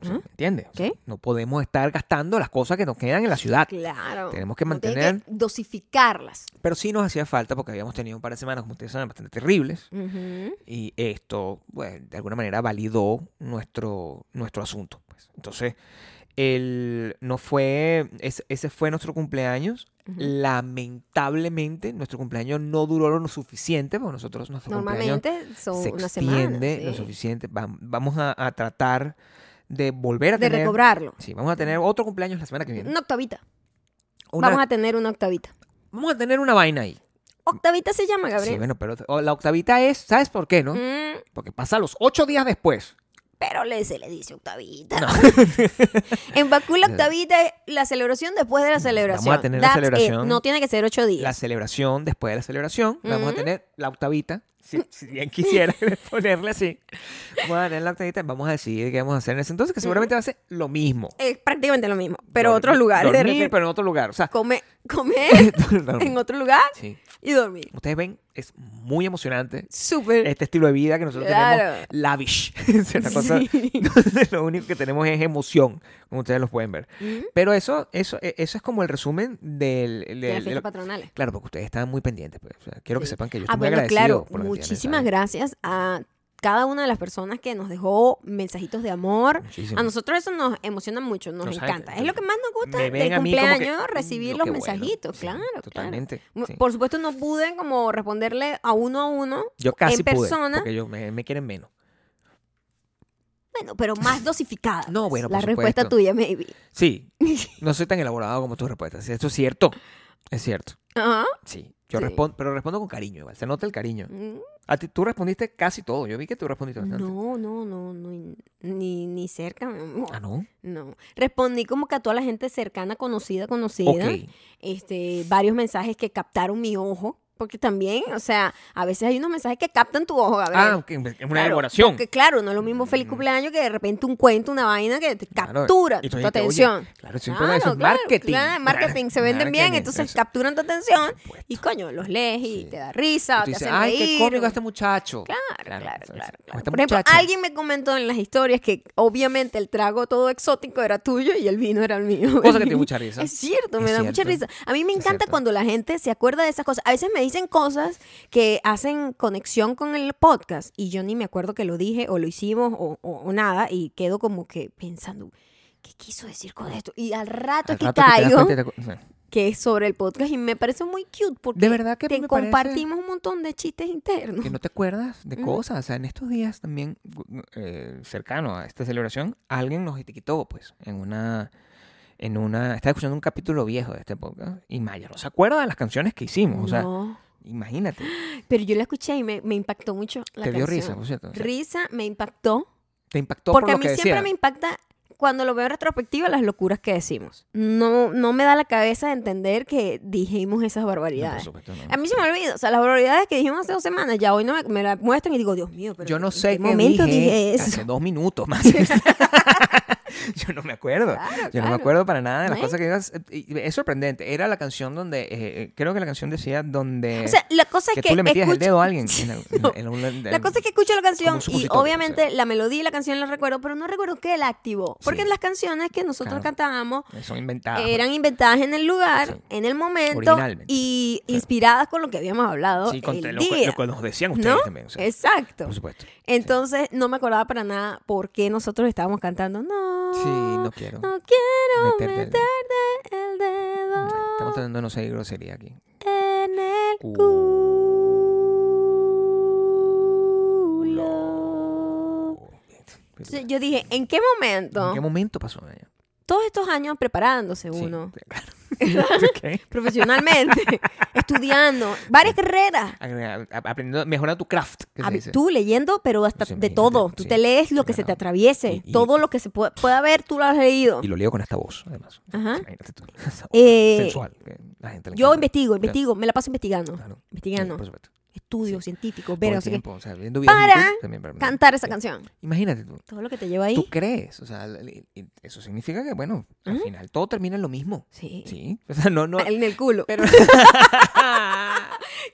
B: o sea,
A: Ajá.
B: ¿me ¿Entiendes? O sea,
A: Ok.
B: no podemos estar gastando las cosas que nos quedan en la ciudad.
A: claro.
B: Tenemos que
A: Uno tiene
B: mantener.
A: dosificarlas.
B: Pero sí nos hacía falta porque habíamos tenido un par de semanas, como ustedes saben, bastante terribles.
A: Ujú.
B: Y esto, bueno, de alguna manera validó nuestro, nuestro asunto. pues. Entonces, el, no fue, es- ese fue nuestro cumpleaños.
A: Ujú.
B: Lamentablemente, nuestro cumpleaños no duró lo suficiente, porque nosotros nuestro cumpleaños
A: Normalmente son
B: se
A: una semana.
B: extiende lo
A: sí.
B: suficiente. Vam- Vamos a, a tratar de volver a
A: De
B: tener...
A: recobrarlo.
B: Sí, vamos a tener otro cumpleaños la semana que viene.
A: Una octavita.
B: Una-
A: Vamos a tener una octavita.
B: vamos a tener una vaina ahí.
A: Octavita se llama,
B: Sí,
A: Gabriel.
B: bueno, pero o la octavita es, ¿sabes por qué, no?
A: Mm,
B: Porque pasa los ocho días después.
A: pero le, se le dice octavita. en Bakú la octavita es la celebración después de la celebración.
B: tener la
A: That's it.
B: celebración.
A: No tiene que ser ocho días.
B: La celebración, después de la celebración, vamos a
A: Ujú.
B: tener la octavita. Si, si bien quisiera ponerle así, vamos a tener la octavita. Vamos a decidir qué vamos a hacer en ese entonces, que seguramente va a ser lo mismo.
A: Es prácticamente lo mismo. Pero
B: Dormir-
A: otros lugares. de
B: dormir,
A: repente.
B: pero en otro lugar. O sea,
A: Come- comer
B: dormir.
A: en otro lugar
B: sí.
A: y dormir.
B: Ustedes ven, es muy emocionante
A: Súper.
B: este estilo de vida que nosotros
A: Claro.
B: tenemos lavish. Es una cosa-
A: Sí.
B: lo único que tenemos es emoción, como ustedes lo pueden ver.
A: mm,
B: Pero eso, eso, e- eso es como el resumen del, del-
A: De las
B: de lo-
A: fiestas patronales.
B: Claro, porque ustedes estaban muy pendientes. pues. O sea, quiero que
A: Sí.
B: sepan que yo estoy
A: Ah,
B: muy
A: bueno,
B: agradecido
A: claro.
B: por la cantidad de
A: Muchísimas
B: mensajes.
A: gracias a cada una de las personas que nos dejó mensajitos de amor.
B: Muchísimas.
A: A nosotros eso nos emociona mucho, nos,
B: Nos
A: encanta.
B: encanta.
A: Es lo que más nos gusta
B: Me
A: del
B: ven a mí como que,
A: cumpleaños, recibir
B: "Coño,
A: los
B: qué bueno".
A: mensajitos,
B: Sí,
A: claro, claro.
B: Totalmente.
A: Mu-
B: sí.
A: Por supuesto no pude como responderle a uno a uno,
B: Yo casi
A: en
B: pude,
A: persona-
B: porque yo, me, me quieren menos.
A: bueno, pero más dosificada. pues.
B: No, bueno,
A: La
B: por
A: respuesta
B: supuesto.
A: tuya, maybe.
B: Sí, no soy tan elaborado como tus respuestas. Esto es cierto. Es cierto.
A: Ajá.
B: Sí. Yo
A: Sí.
B: respondo, pero respondo con cariño, igual. Se nota el cariño.
A: Mm,
B: A ti, tú respondiste casi todo. Yo vi que tú respondiste bastante.
A: No, no, no, no, ni, ni cerca, mi amor.
B: Ah, no.
A: No. Respondí como que a toda la gente cercana, conocida, conocida.
B: Ok. Ah,
A: Este, varios mensajes que captaron mi ojo. Porque también, o sea, a veces hay unos mensajes que captan tu ojo, Gabriel.
B: Ah, ok, es una
A: Claro,
B: elaboración.
A: Porque claro, no es lo mismo feliz cumpleaños que de repente un cuento, una vaina que te
B: Claro,
A: captura
B: y tú
A: tu
B: dijiste, oye,
A: atención.
B: claro, siempre eso es
A: Claro, claro,
B: marketing.
A: claro, marketing, se venden bien,
B: Marketing,
A: entonces
B: eso.
A: capturan tu atención
B: Por supuesto.
A: y coño, los lees y
B: Sí.
A: te da risa,
B: Y
A: o
B: tú
A: Ah, te
B: dices,
A: hacen
B: ay, qué
A: reír,
B: cómico
A: o-
B: este muchacho.
A: Claro, claro,
B: Claro,
A: claro.
B: o este sea,
A: claro.
B: o esta
A: Por ejemplo,
B: muchacha.
A: alguien me comentó en las historias que obviamente el trago todo exótico era tuyo y el vino era el mío.
B: Cosa que tiene mucha risa.
A: Es cierto,
B: Es
A: me da mucha risa.
B: cierto.
A: A mí me
B: Es
A: encanta
B: cierto.
A: cuando la gente se acuerda de esas cosas. A veces me dicen cosas que hacen conexión con el podcast y yo ni me acuerdo que lo dije o lo hicimos o, o- o nada y quedo como que pensando, ¿qué quiso decir con esto? Y al rato
B: Al
A: es que
B: rato que te das
A: caigo
B: cuenta, te acu-
A: que es sobre el podcast y me parece muy cute porque
B: De verdad que
A: te
B: me parece-
A: compartimos un montón de chistes internos.
B: Que no te acuerdas de
A: Mm.
B: cosas. O sea, en estos días también, eh, cercano a esta celebración, alguien nos etiquetó, pues, en una. En una. Estaba escuchando un capítulo viejo de este podcast. Y Maya no se acuerda de las canciones que hicimos. O sea,
A: No.
B: imagínate.
A: Pero yo la escuché y me, me impactó mucho la
B: te dio
A: canción.
B: risa, por cierto. O sea,
A: Risa me impactó.
B: te impactó
A: Porque
B: por
A: a
B: lo
A: mí
B: que
A: siempre
B: decía.
A: me impacta, cuando lo veo en retrospectiva, las locuras que decimos. No, no me da la cabeza de entender que dijimos esas
B: No, por
A: barbaridades.
B: supuesto, no.
A: a mí se me olvida. O sea, las barbaridades que dijimos hace dos semanas, ya hoy no me, me las muestran y digo, Dios mío, pero
B: Yo no
A: ¿en
B: sé
A: qué
B: qué
A: momento
B: dije, ah,
A: dije eso?
B: hace dos minutos más. Yo no me acuerdo. Yo no
A: claro.
B: me acuerdo para nada de las
A: ¿Eh?
B: cosas que digas. Y Es sorprendente. Era la canción donde, eh, eh, creo que la canción decía donde...
A: O sea, la cosa es
B: que,
A: que.
B: tú le metías el
A: escucho-
B: dedo a alguien.
A: Sí,
B: en la-
A: no.
B: en un- en-
A: La cosa es que escucho la canción y
B: supositorio,
A: obviamente la melodía y la canción la recuerdo, pero no recuerdo qué la activó. Porque
B: Sí.
A: las canciones que nosotros
B: Claro.
A: cantábamos
B: eh, Son inventadas.
A: eran inventadas en el lugar,
B: Sí.
A: en el momento
B: Originalmente.
A: y inspiradas con lo que habíamos hablado
B: Sí, con-
A: el
B: lo, que-
A: día.
B: lo que nos decían ustedes
A: ¿No?
B: también. o sea,
A: Exacto.
B: Por supuesto.
A: Entonces no me acordaba para nada por qué nosotros estábamos cantando. No,
B: Sí, no quiero.
A: no quiero
B: meter
A: meterte
B: dedo".
A: el dedo
B: Estamos tratando de no seguir grosería aquí.
A: en el
B: Uh.
A: culo. Entonces, yo dije, ¿en qué momento?
B: ¿En qué momento pasó? eh?
A: Todos estos años preparándose
B: Sí,
A: uno
B: claro. Ok.
A: profesionalmente, estudiando varias carreras.
B: Agrega- a- aprendiendo, mejorando tu craft. que se
A: Hab-
B: dice.
A: Tú leyendo, pero hasta
B: Pues
A: de
B: imagínate,
A: todo. Tú
B: sí,
A: te lees lo que se te
B: claro.
A: atraviese.
B: Y- y-
A: todo lo que se pueda, pueda ver, tú lo has leído.
B: Y lo leo con esta voz, además.
A: ¿Ah? Ajá.
B: Imagínate tú, esa voz
A: Eh,
B: sensual. que la gente le
A: Yo
B: encanta.
A: investigo,
B: Claro,
A: investigo. Me la paso investigando.
B: claro. Sí,
A: Investigando.
B: por supuesto.
A: estudios científicos,
B: Todo
A: ver,
B: el
A: no sé qué,
B: tiempo, o sea, viendo videos de
A: para
B: YouTube también, pero-
A: cantar esa canción.
B: Imagínate tú.
A: Todo lo que te lleva ahí.
B: Tú crees, o sea, el- el- eso significa que, bueno, al
A: Ujú.
B: final todo termina en lo mismo.
A: Sí.
B: Sí, o sea, no, no,
A: En el culo.
B: pero,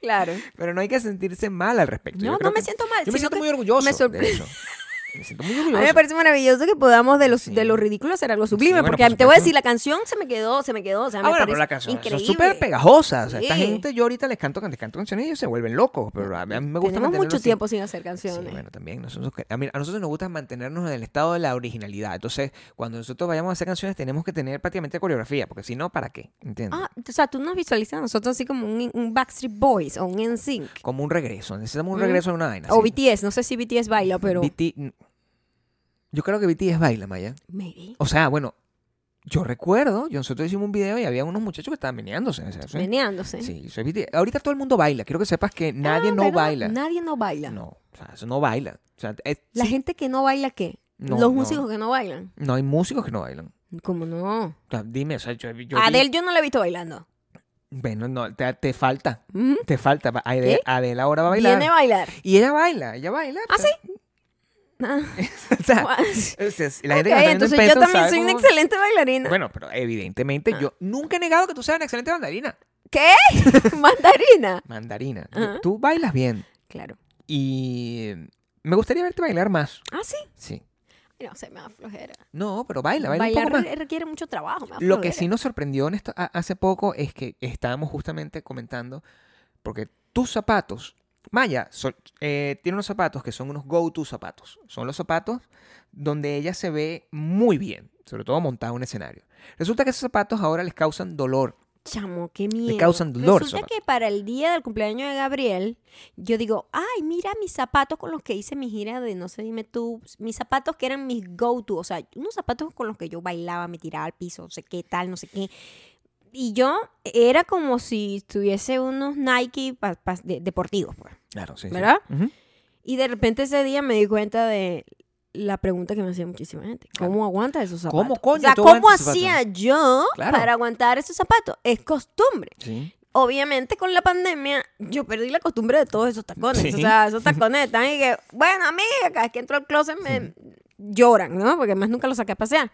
A: claro.
B: pero no hay que sentirse mal al respecto. Yo
A: No,
B: creo
A: no me
B: que-
A: siento mal.
B: Yo
A: sino
B: me siento
A: que
B: muy orgulloso.
A: me
B: de
A: sorpre-
B: eso. Me siento muy
A: A
B: orgulloso.
A: mí me parece maravilloso que podamos de, los,
B: Sí.
A: de lo ridículo hacer algo sublime,
B: bueno,
A: porque
B: por
A: te voy a
B: supuesto.
A: decir, la canción se me quedó, se me quedó, o sea,
B: Ah,
A: me
B: bueno,
A: parece
B: pero la canción eso
A: increíble.
B: es súper pegajosa. O sea, esta
A: Sí.
B: gente, yo ahorita les canto, les canto canciones y ellos se vuelven locos. Pero a mí, a mí me gusta
A: Tenemos
B: mantenerlo
A: mucho
B: así.
A: tiempo sin hacer
B: Sí,
A: canciones.
B: bueno, también. Nosotros, que- a, mí- a nosotros nos gusta mantenernos en el estado de la originalidad. Entonces, cuando nosotros vayamos a hacer canciones, tenemos que tener prácticamente coreografía, porque si no, ¿para qué? ¿Entiendes?
A: Ah, o sea, tú nos visualizas a nosotros así como un, un Backstreet Boys o un NSYNC
B: Como un regreso. Necesitamos un
A: Mm.
B: regreso a una vaina.
A: o
B: sí.
A: BTS, no sé si BTS baila, pero
B: BT n- yo creo que BTS baila, Maya.
A: maybe.
B: O sea, bueno, yo recuerdo, yo- nosotros hicimos un video y había unos muchachos que estaban meneándose. o sea, eso-
A: Meneándose.
B: Sí, eso es BTS. Ahorita todo el mundo baila. Quiero que sepas que
A: Ah,
B: nadie no
A: ¿verdad?
B: baila.
A: Nadie no baila.
B: No, o sea, eso no baila. O sea, es-
A: La
B: sí,
A: gente que no baila qué?
B: No,
A: Los
B: no.
A: músicos que no bailan.
B: no hay músicos que no bailan.
A: ¿Cómo no?
B: O sea, dime, o sea, yo, yo vi-
A: Adele yo no la he visto bailando.
B: Bueno, no, te, te falta.
A: Ujú.
B: Te falta. Va- Ade-
A: ¿Qué?
B: Adele ahora va a bailar.
A: Viene a bailar.
B: Y ella baila, ella baila.
A: ¿Ah,
B: pues.
A: Ah,
B: o sea,
A: guau.
B: o sea, la
A: Ok,
B: gente que está viendo en
A: entonces yo
B: Peton
A: también
B: sabe
A: soy una
B: cómo-
A: excelente Ah. bailarina.
B: Bueno, pero evidentemente yo nunca he negado que tú seas una excelente mandarina.
A: ¿Qué? ¿Mandarina?
B: Mandarina.
A: Ajá.
B: Tú bailas bien.
A: Claro.
B: Y me gustaría verte bailar más.
A: ¿Ah, sí?
B: Sí.
A: No, se me da flojera.
B: No, pero baila, baila un
A: Bailar
B: poco más.
A: re- requiere mucho trabajo. me da
B: Lo que
A: flojera.
B: sí nos sorprendió en esto- a- hace poco es que estábamos justamente comentando, porque tus zapatos, Maya so- eh, tiene unos zapatos que son unos go-to zapatos. Son los zapatos donde ella se ve muy bien, sobre todo montada en un escenario. Resulta que esos zapatos ahora les causan dolor.
A: Chamo, qué miedo.
B: causan dolor,
A: Resulta
B: zapatos.
A: que para el día del cumpleaños de Gabriel, yo digo, ay, mira mis zapatos con los que hice mi gira de no sé, dime tú, mis zapatos que eran mis go-to, o sea, unos zapatos con los que yo bailaba, me tiraba al piso, no sé qué tal, no sé qué. Y yo era como si tuviese unos Nike pa- pa- de- deportivos, pues.
B: Claro, sí.
A: sí. ¿Verdad? Y de repente ese día me di cuenta de la pregunta que me hacía muchísima gente. ¿Cómo aguantas esos zapatos?
B: ¿Cómo coño
A: O sea,
B: tú
A: ¿cómo
B: aguantas esos
A: hacía yo
B: Claro.
A: para aguantar esos zapatos? Es costumbre.
B: Sí.
A: Obviamente con la pandemia yo perdí la costumbre de todos esos tacones.
B: Sí.
A: O sea, esos tacones están y que, bueno, amiga, cada vez que entro al closet me lloran, ¿no? Porque además nunca los saqué a pasear.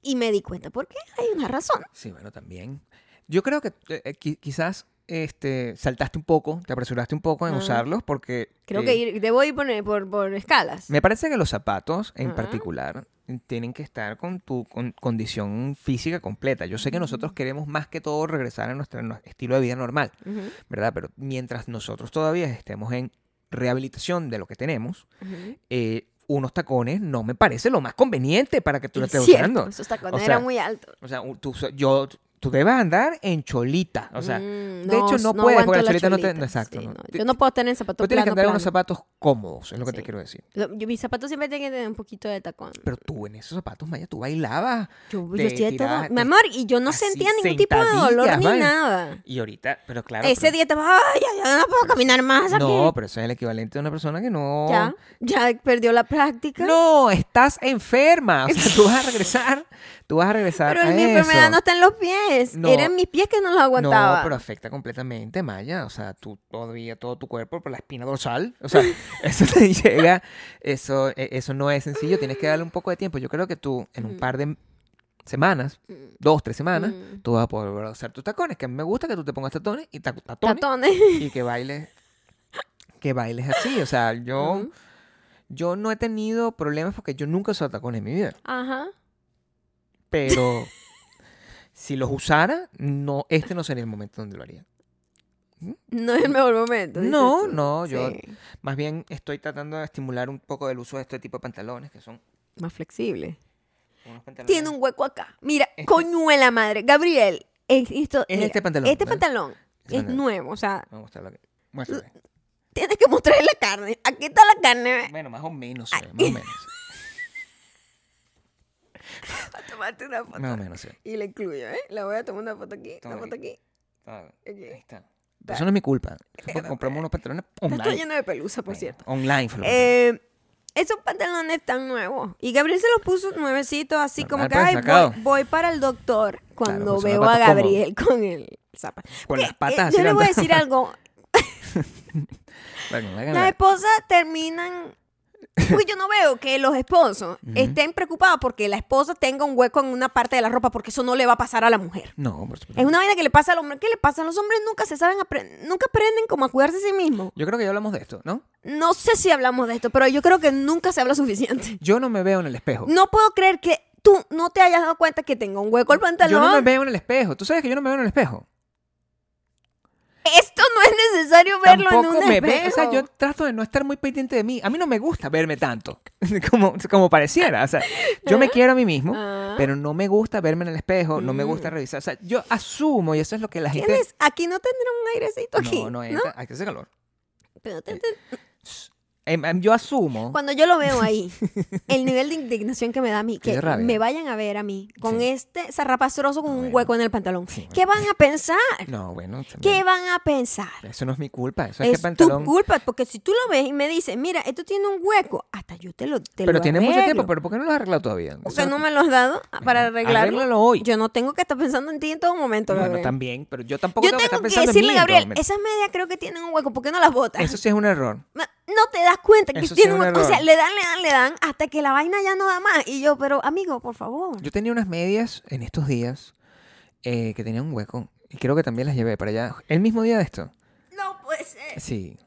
A: Y me di cuenta porque hay una razón.
B: Sí, bueno, también. Yo creo que eh, eh, qui- quizás este, saltaste un poco, te apresuraste un poco en
A: Ah.
B: usarlos porque...
A: Creo
B: eh,
A: que ir- debo ir por, por, por escalas.
B: Me parece que los zapatos en
A: Ajá.
B: particular tienen que estar con tu con- condición física completa. Yo sé que nosotros queremos más que todo regresar a nuestro no- estilo de vida normal,
A: Ujú,
B: ¿verdad? Pero mientras nosotros todavía estemos en rehabilitación de lo que tenemos,
A: ujú.
B: eh, unos tacones no me parece lo más conveniente para que tú lo
A: Es
B: estés
A: cierto,
B: usando.
A: Esos tacones
B: O sea,
A: eran muy altos.
B: O sea, u- tú, so- yo, tú debes andar en cholita. O sea,
A: Mm,
B: de hecho, no puedes,
A: aguanto
B: porque la cholita no te-
A: cholita.
B: no, exacto, no.
A: Yo no puedo tener zapatos
B: tú tienes que
A: planos.
B: andar en
A: planos.
B: unos zapatos cómodos, es lo que te
A: Sí.
B: quiero decir.
A: Lo- yo- mis zapatos siempre tienen que tener un poquito de tacón.
B: Pero tú en esos zapatos, Maya, tú bailabas.
A: Yo,
B: te
A: yo estoy de todo.
B: tirabas,
A: Mi
B: te-
A: amor, y yo no
B: así,
A: sentía ningún tipo de dolor
B: sentadillas,
A: ni
B: vale.
A: nada.
B: Y ahorita, pero claro.
A: Ese
B: pero-
A: día estaba, ay, ya, ya no puedo caminar más aquí.
B: No, pero eso es el equivalente de una persona que no.
A: Ya, ya perdió la práctica.
B: No, estás enferma. O sea, tú vas a regresar. Tú vas a regresar
A: pero
B: a
A: mi
B: eso.
A: enfermedad no está en los pies.
B: No.
A: Eran mis pies que no los aguantaba.
B: No, pero afecta completamente, Maya. O sea, tú todavía todo tu cuerpo por la espina dorsal. O sea, eso te llega. Eso, e- eso no es sencillo. Tienes que darle un poco de tiempo. Yo creo que tú en un par de semanas, dos, tres semanas,
A: Mm.
B: tú vas a poder volver a usar tus tacones. Que a mí me gusta que tú te pongas tacones y tac- tatones.
A: Tatones.
B: y que bailes que bailes así o sea yo
A: Ujú.
B: yo no he tenido problemas porque yo nunca he usado tacones en mi vida
A: Ajá.
B: pero si los usara no este no sería el momento donde lo haría
A: No es el mejor momento. dices
B: No,
A: tú.
B: no, yo-
A: Sí,
B: más bien estoy tratando de estimular un poco el uso de este tipo de pantalones que son
A: Más flexible.
B: unos pantalones
A: tiene un hueco acá. Mira,
B: Este-
A: coñuela madre. Gabriel, es esto,
B: Es
A: mira,
B: este pantalón,
A: Este
B: ¿verdad?
A: pantalón
B: Este
A: es
B: pantalón.
A: nuevo, o sea,
B: Vamos a mostrarlo aquí. Muéstrame.
A: tienes que mostrar la carne. Aquí está la carne.
B: bueno más o menos se ve, más o menos eh,
A: Voy a tomarte una foto.
B: más o menos se ve.
A: Y la incluyo, ¿eh? La voy a tomar una foto aquí,
B: Toma
A: una foto aquí.
B: Ah, ahí
A: aquí.
B: está Pero eso no es mi culpa Nosotros compramos unos pantalones online
A: Está todo lleno de pelusa, por
B: Bueno,
A: cierto.
B: online fue lo que
A: Eh, esos pantalones están nuevos. Y Gabriel se los puso nuevecitos, así como
B: Normal,
A: que ay,
B: pues,
A: voy,
B: sacado.
A: voy para el doctor cuando
B: pues, son
A: veo a
B: zapatos cómodos.
A: Gabriel con el zapato.
B: Con
A: Que,
B: las
A: eh,
B: patas así
A: yo le voy a eh,
B: levantadas.
A: decir algo.
B: Bueno, la
A: Las
B: gana-
A: esposas terminan. Porque yo no veo que los esposos
B: Ujú.
A: estén preocupados porque la esposa tenga un hueco en una parte de la ropa, porque eso no le va a pasar a la mujer.
B: No, por supuesto.
A: Es una vaina que le pasa al hombre. ¿Qué le pasa? Los hombres nunca se saben, apre- nunca aprenden como a cuidarse a sí mismos.
B: Yo creo que ya hablamos de esto, ¿no?
A: No sé si hablamos de esto, pero yo creo que nunca se habla suficiente.
B: Yo no me veo en el espejo.
A: No puedo creer que tú no te hayas dado cuenta que tengo un hueco el pantalón.
B: Yo no me veo en el espejo. ¿Tú sabes que yo no me veo en el espejo?
A: Esto no es necesario verlo en
B: Tampoco
A: un
B: me
A: espejo.
B: veo. O sea, yo trato de no estar muy pendiente de mí. A mí no me gusta verme tanto como, como pareciera. O sea, yo me quiero a mí mismo,
A: Ah.
B: pero no me gusta verme en el espejo, no me gusta
A: Mm.
B: revisar. O sea, yo asumo, y eso es lo que la gente...
A: ¿Tienes? Aquí no tendrá un airecito aquí.
B: No, no,
A: ¿no?
B: entra- Eh, aquí hace calor.
A: Pero te- te-
B: Em, em, Yo asumo.
A: Cuando yo lo veo ahí, el nivel de indignación que me da a mí,
B: Te
A: que
B: da rabia.
A: me vayan a ver a mí con
B: Sí. Ah,
A: este zarrapastroso con un
B: Bueno.
A: hueco en el pantalón,
B: Sí, bueno.
A: ¿qué van a pensar?
B: No, bueno.
A: ¿Qué
B: también.
A: van a pensar?
B: Eso no es mi culpa. Eso es,
A: Es
B: que pantalón...
A: tu culpa, porque si tú lo ves y me dices, mira, esto tiene un hueco, hasta yo te lo te
B: Pero
A: lo
B: tiene mucho
A: arreglo.
B: tiempo, pero ¿por qué no lo has arreglado todavía?
A: ¿Por
B: Eso-
A: qué no me lo has dado para arreglarlo?
B: Arréglalo hoy.
A: Yo no tengo que estar pensando en ti en todo momento,
B: Bueno,
A: Gabriel.
B: también, pero yo tampoco
A: Yo
B: tengo que estar
A: tengo que,
B: pensando en
A: decirle,
B: mí en todo
A: Gabriel, ah.
B: momento.
A: esas medias creo que tienen un hueco, ¿por qué no las botas?
B: Eso sí es un error.
A: No no te das cuenta que
B: Eso sí
A: tiene
B: es
A: un
B: un
A: hueco. O sea,
B: error.
A: le dan, le dan, le dan, hasta que la vaina ya no da más. Y yo, pero amigo, por favor.
B: Yo tenía unas medias en estos días eh, que tenían un hueco. Y creo que también las llevé para allá. El mismo día de esto.
A: No puede ser.
B: Sí.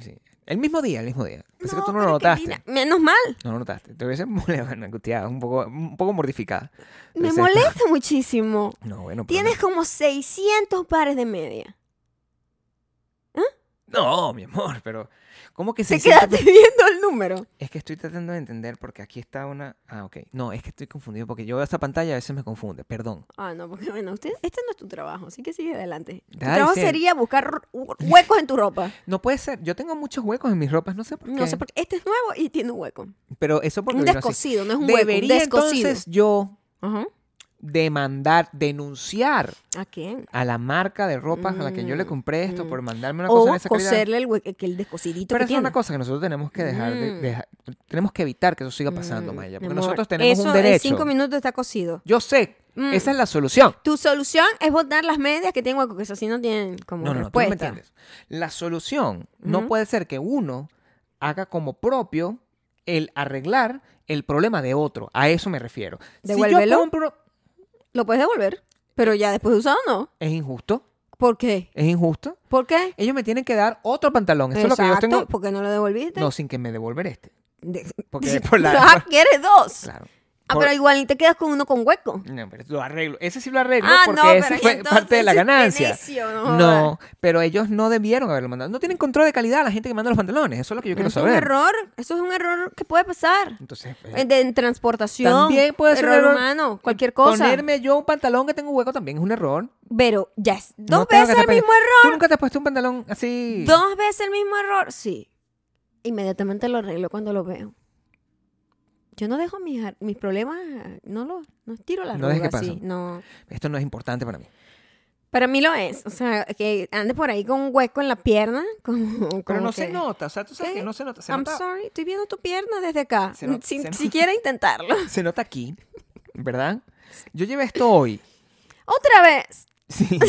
B: sí. El mismo día, el mismo día. Pensé que tú no lo
A: pero
B: notaste.
A: Karina, menos mal.
B: No lo notaste. Te hubiese molestado, angustiada, un poco, un poco mortificada.
A: Me
B: Entonces-
A: molesta muchísimo.
B: No, bueno. pero
A: Tienes como 600 pares de media.
B: No, mi amor, pero. ¿Cómo que
A: Te
B: se
A: quedaste viendo el número.
B: Es que estoy tratando de entender porque aquí está una. Ah, ok. No, es que estoy confundido porque yo veo esta pantalla y a veces me confunde. Perdón.
A: Ah, no, porque bueno, usted, este no es tu trabajo, así que sigue adelante. Tu
B: Ay,
A: trabajo
B: sí.
A: sería buscar ru- huecos en tu ropa.
B: No puede ser. Yo tengo muchos huecos en mis ropas, no sé por qué.
A: No sé por qué. Este es nuevo y tiene un hueco.
B: Pero eso porque.
A: un
B: vino así.
A: descosido, no es un hueco, un
B: Debería
A: descosido.
B: entonces yo
A: Ajá.
B: demandar, denunciar
A: ¿A quién?
B: a la marca de ropa a la que yo le compré esto
A: Mm,
B: por mandarme una cosa
A: O
B: de esa calidad.
A: coserle el, hue- que el descosidito
B: Pero
A: que
B: eso
A: tiene.
B: es una cosa que nosotros tenemos que dejar, de-
A: Mm.
B: deja- tenemos que evitar que eso siga pasando,
A: Mm,
B: Maya,
A: mi
B: porque
A: amor,
B: nosotros tenemos
A: eso
B: un
A: en
B: derecho.
A: cinco minutos está cocido.
B: Yo sé,
A: Mm.
B: esa es la solución.
A: Tu solución es botar las medias que tienen hueco, que eso sí no tienen como
B: No, no, no, tú no me
A: respuesta.
B: entiendes. La solución no
A: Ujú.
B: puede ser que uno haga como propio el arreglar el problema de otro. A eso me refiero. Si
A: Devuélvelo.
B: yo compro
A: Lo puedes devolver, pero ya después de usado no.
B: es injusto,
A: ¿Por qué?
B: es injusto.
A: ¿Por qué?
B: Ellos me tienen que dar otro pantalón. Eso es lo que yo tengo.
A: ¿Por qué no lo devolviste?
B: No, sin que me devolver este.
A: De-
B: Porque por la-
A: Ah, quieres dos.
B: Claro.
A: Ah,
B: Por-
A: pero igual te quedas con uno con hueco.
B: No, pero lo arreglo. Ese sí lo arreglo
A: Ah,
B: porque
A: no,
B: ese
A: pero
B: fue
A: entonces
B: parte de la
A: ese es
B: ganancia.
A: necio, no
B: no, pero ellos no debieron haberlo mandado. No tienen control de calidad la gente que manda los pantalones. Eso es lo que yo quiero
A: eso es un
B: saber.
A: error. Eso es un error que puede pasar.
B: Entonces, eh,
A: Eh, De, en transportación.
B: También puede ser un
A: error,
B: error.
A: humano. Cualquier cosa.
B: Ponerme yo un pantalón que tengo hueco también es un error.
A: Pero ya es dos
B: No tengo que
A: veces el
B: hacer
A: mismo
B: pe-
A: error.
B: Tú nunca te has puesto un pantalón así.
A: ¿Dos veces el mismo error? Sí. Inmediatamente lo arreglo cuando lo veo. Yo no dejo mis, ar- mis problemas, no los no tiro las
B: No
A: rugas
B: dejes que
A: así.
B: pasen.
A: No.
B: Esto no es importante para mí.
A: Para mí lo es. O sea, que ande por ahí con un hueco en la pierna. Como,
B: Pero
A: como
B: no
A: que,
B: se nota. O sea, tú sabes
A: ¿Qué?
B: que no se nota. Se,
A: I'm
B: nota,
A: sorry, estoy viendo tu pierna desde acá.
B: Se nota-
A: sin
B: se nota.
A: siquiera intentarlo.
B: se nota aquí, ¿verdad? Yo llevé esto hoy.
A: Otra vez.
B: Sí.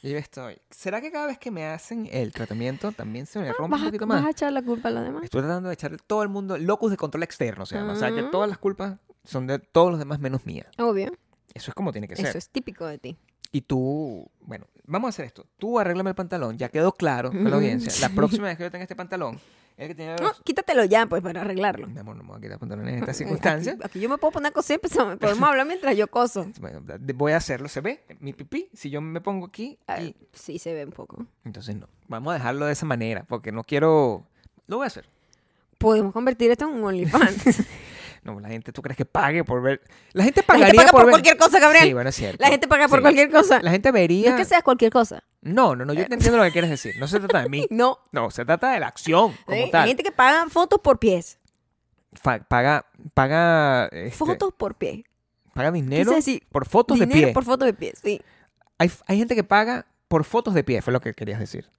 B: Yo estoy. ¿Será que cada vez que me hacen el tratamiento también se me rompe
A: Ah, Vas
B: un
A: a,
B: poquito
A: vas a
B: más?
A: echar la culpa a los demás.
B: Estoy tratando de echarle todo el mundo locus de control externo, se llama. O sea, que
A: Ah.
B: todas las culpas son de todos los demás menos mía.
A: Obvio.
B: Eso es como tiene que ser.
A: Eso es típico de ti.
B: Y tú, bueno, vamos a hacer esto. Tú arréglame el pantalón, ya quedó claro con la audiencia. La próxima vez que yo tenga este pantalón, el que tiene...
A: No, quítatelo ya, pues, para arreglarlo.
B: Mi amor, no me voy a quitar pantalones en estas
A: Eh,
B: circunstancias.
A: Aquí, aquí yo me puedo poner a coser, pues, podemos hablar mientras yo coso.
B: Bueno, de- voy a hacerlo, se ve mi pipí. Si yo me pongo aquí,
A: Ah,
B: y-
A: sí, se ve un poco.
B: entonces no. Vamos a dejarlo de esa manera, porque no quiero... Lo voy a hacer.
A: Podemos convertir esto en un OnlyFans.
B: No, la gente, ¿tú crees que pague por ver? La gente
A: la
B: pagaría
A: gente paga por,
B: ver-
A: cualquier cosa, Gabriel.
B: Sí, bueno, es cierto.
A: La gente paga por
B: Sí.
A: cualquier cosa.
B: La gente
A: No
B: vería...
A: es que seas cualquier cosa.
B: No, no, no, yo te entiendo lo que quieres decir. No se trata de mí.
A: No.
B: No, se trata de la acción como
A: ¿eh? Hay
B: tal.
A: gente que paga fotos por pies.
B: Fa- paga paga este,
A: Fotos por pie.
B: paga dinero
A: Quise decir,
B: por fotos de
A: Dinero
B: pie.
A: por fotos de pies, sí.
B: Hay, hay gente que paga por fotos de pie, fue lo que querías decir.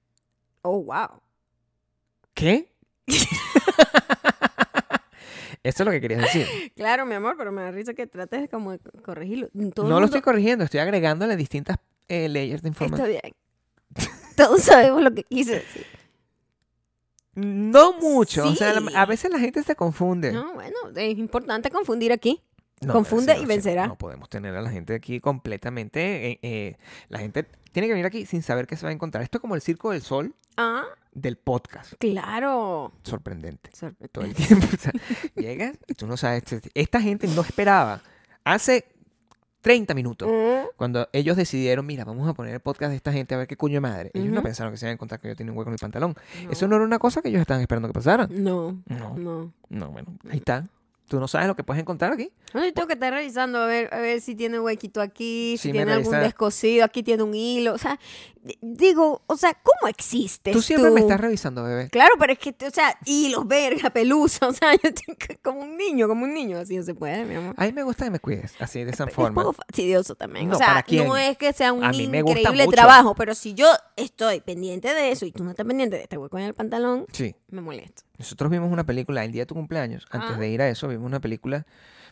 A: Oh, wow.
B: ¿Qué? Eso es lo que querías decir.
A: Claro, mi amor, pero me da risa que trates de como de co- corregirlo. Todo el
B: no lo
A: mundo-
B: estoy corrigiendo, estoy agregándole distintas eh, layers de
A: Está
B: información.
A: bien. Todos sabemos lo que quise decir.
B: No mucho. O sea,
A: Sí.
B: la- a veces la gente se confunde.
A: No, bueno, es importante confundir aquí.
B: No,
A: Confunde
B: sí,
A: y
B: no, sí,
A: vencerá.
B: No podemos tener a la gente aquí completamente. eh, eh, la gente tiene que venir aquí sin saber qué se va a encontrar. Esto es como el circo del sol
A: Ah,
B: del podcast.
A: claro.
B: Sorprendente.
A: Sor-
B: Todo el tiempo. o sea, llegas y tú no sabes. Esta gente no esperaba. Hace 30 minutos.
A: Mm,
B: Cuando ellos decidieron, mira, vamos a poner el podcast de esta gente a ver qué cuño de madre. Ellos no
A: Ujú.
B: pensaron que se iban a encontrar que yo tenía un hueco en el pantalón.
A: no.
B: Eso no era una cosa que ellos estaban esperando que pasara.
A: No,
B: No,
A: no.
B: no, bueno, ahí está. Tú no sabes lo que puedes encontrar aquí.
A: No, yo tengo que estar revisando a ver, a ver si tiene huequito aquí,
B: Sí,
A: si
B: me
A: tiene algún
B: revisa.
A: descosido, aquí tiene un hilo. O sea, d- digo, o sea, ¿cómo existes?
B: Tú siempre me estás revisando, bebé.
A: Claro, pero es que, o sea, hilos, verga, pelusa, o sea, yo tengo que- como un niño, como un niño, así no se puede, mi amor.
B: A mí me gusta que me cuides, así, de esa
A: Es
B: forma.
A: poco fastidioso también.
B: No,
A: o sea,
B: ¿para quién?
A: no es que sea un
B: A mí me gusta
A: increíble
B: mucho.
A: trabajo, pero si yo estoy pendiente de eso y tú no estás pendiente de este hueco en el pantalón,
B: Sí.
A: me molesto.
B: Nosotros vimos una película el día de tu cumpleaños. Antes
A: Ah.
B: de ir a eso, vimos una película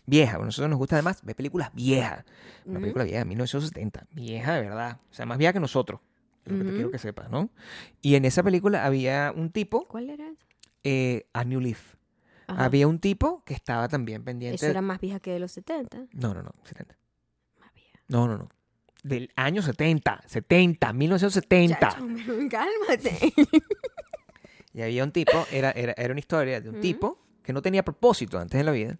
B: vieja. A nosotros nos gusta además ver películas viejas. Una
A: Mm,
B: película vieja, 1970. Vieja de verdad. O sea, más vieja que nosotros. Es lo que te
A: Ujú.
B: quiero que sepas, ¿no? Y en esa película había un tipo,
A: ¿Cuál era eso?
B: eh, a New Leaf.
A: Ajá.
B: Había un tipo que estaba también pendiente.
A: Eso era más vieja que de los 70.
B: No, no, no, 70.
A: Más vieja.
B: No, no, no. Del año 70, 70, 1970.
A: Chacho, men, cálmate.
B: Y había un tipo, era, era, era una historia de un
A: Ujú.
B: tipo que no tenía propósito antes en la vida,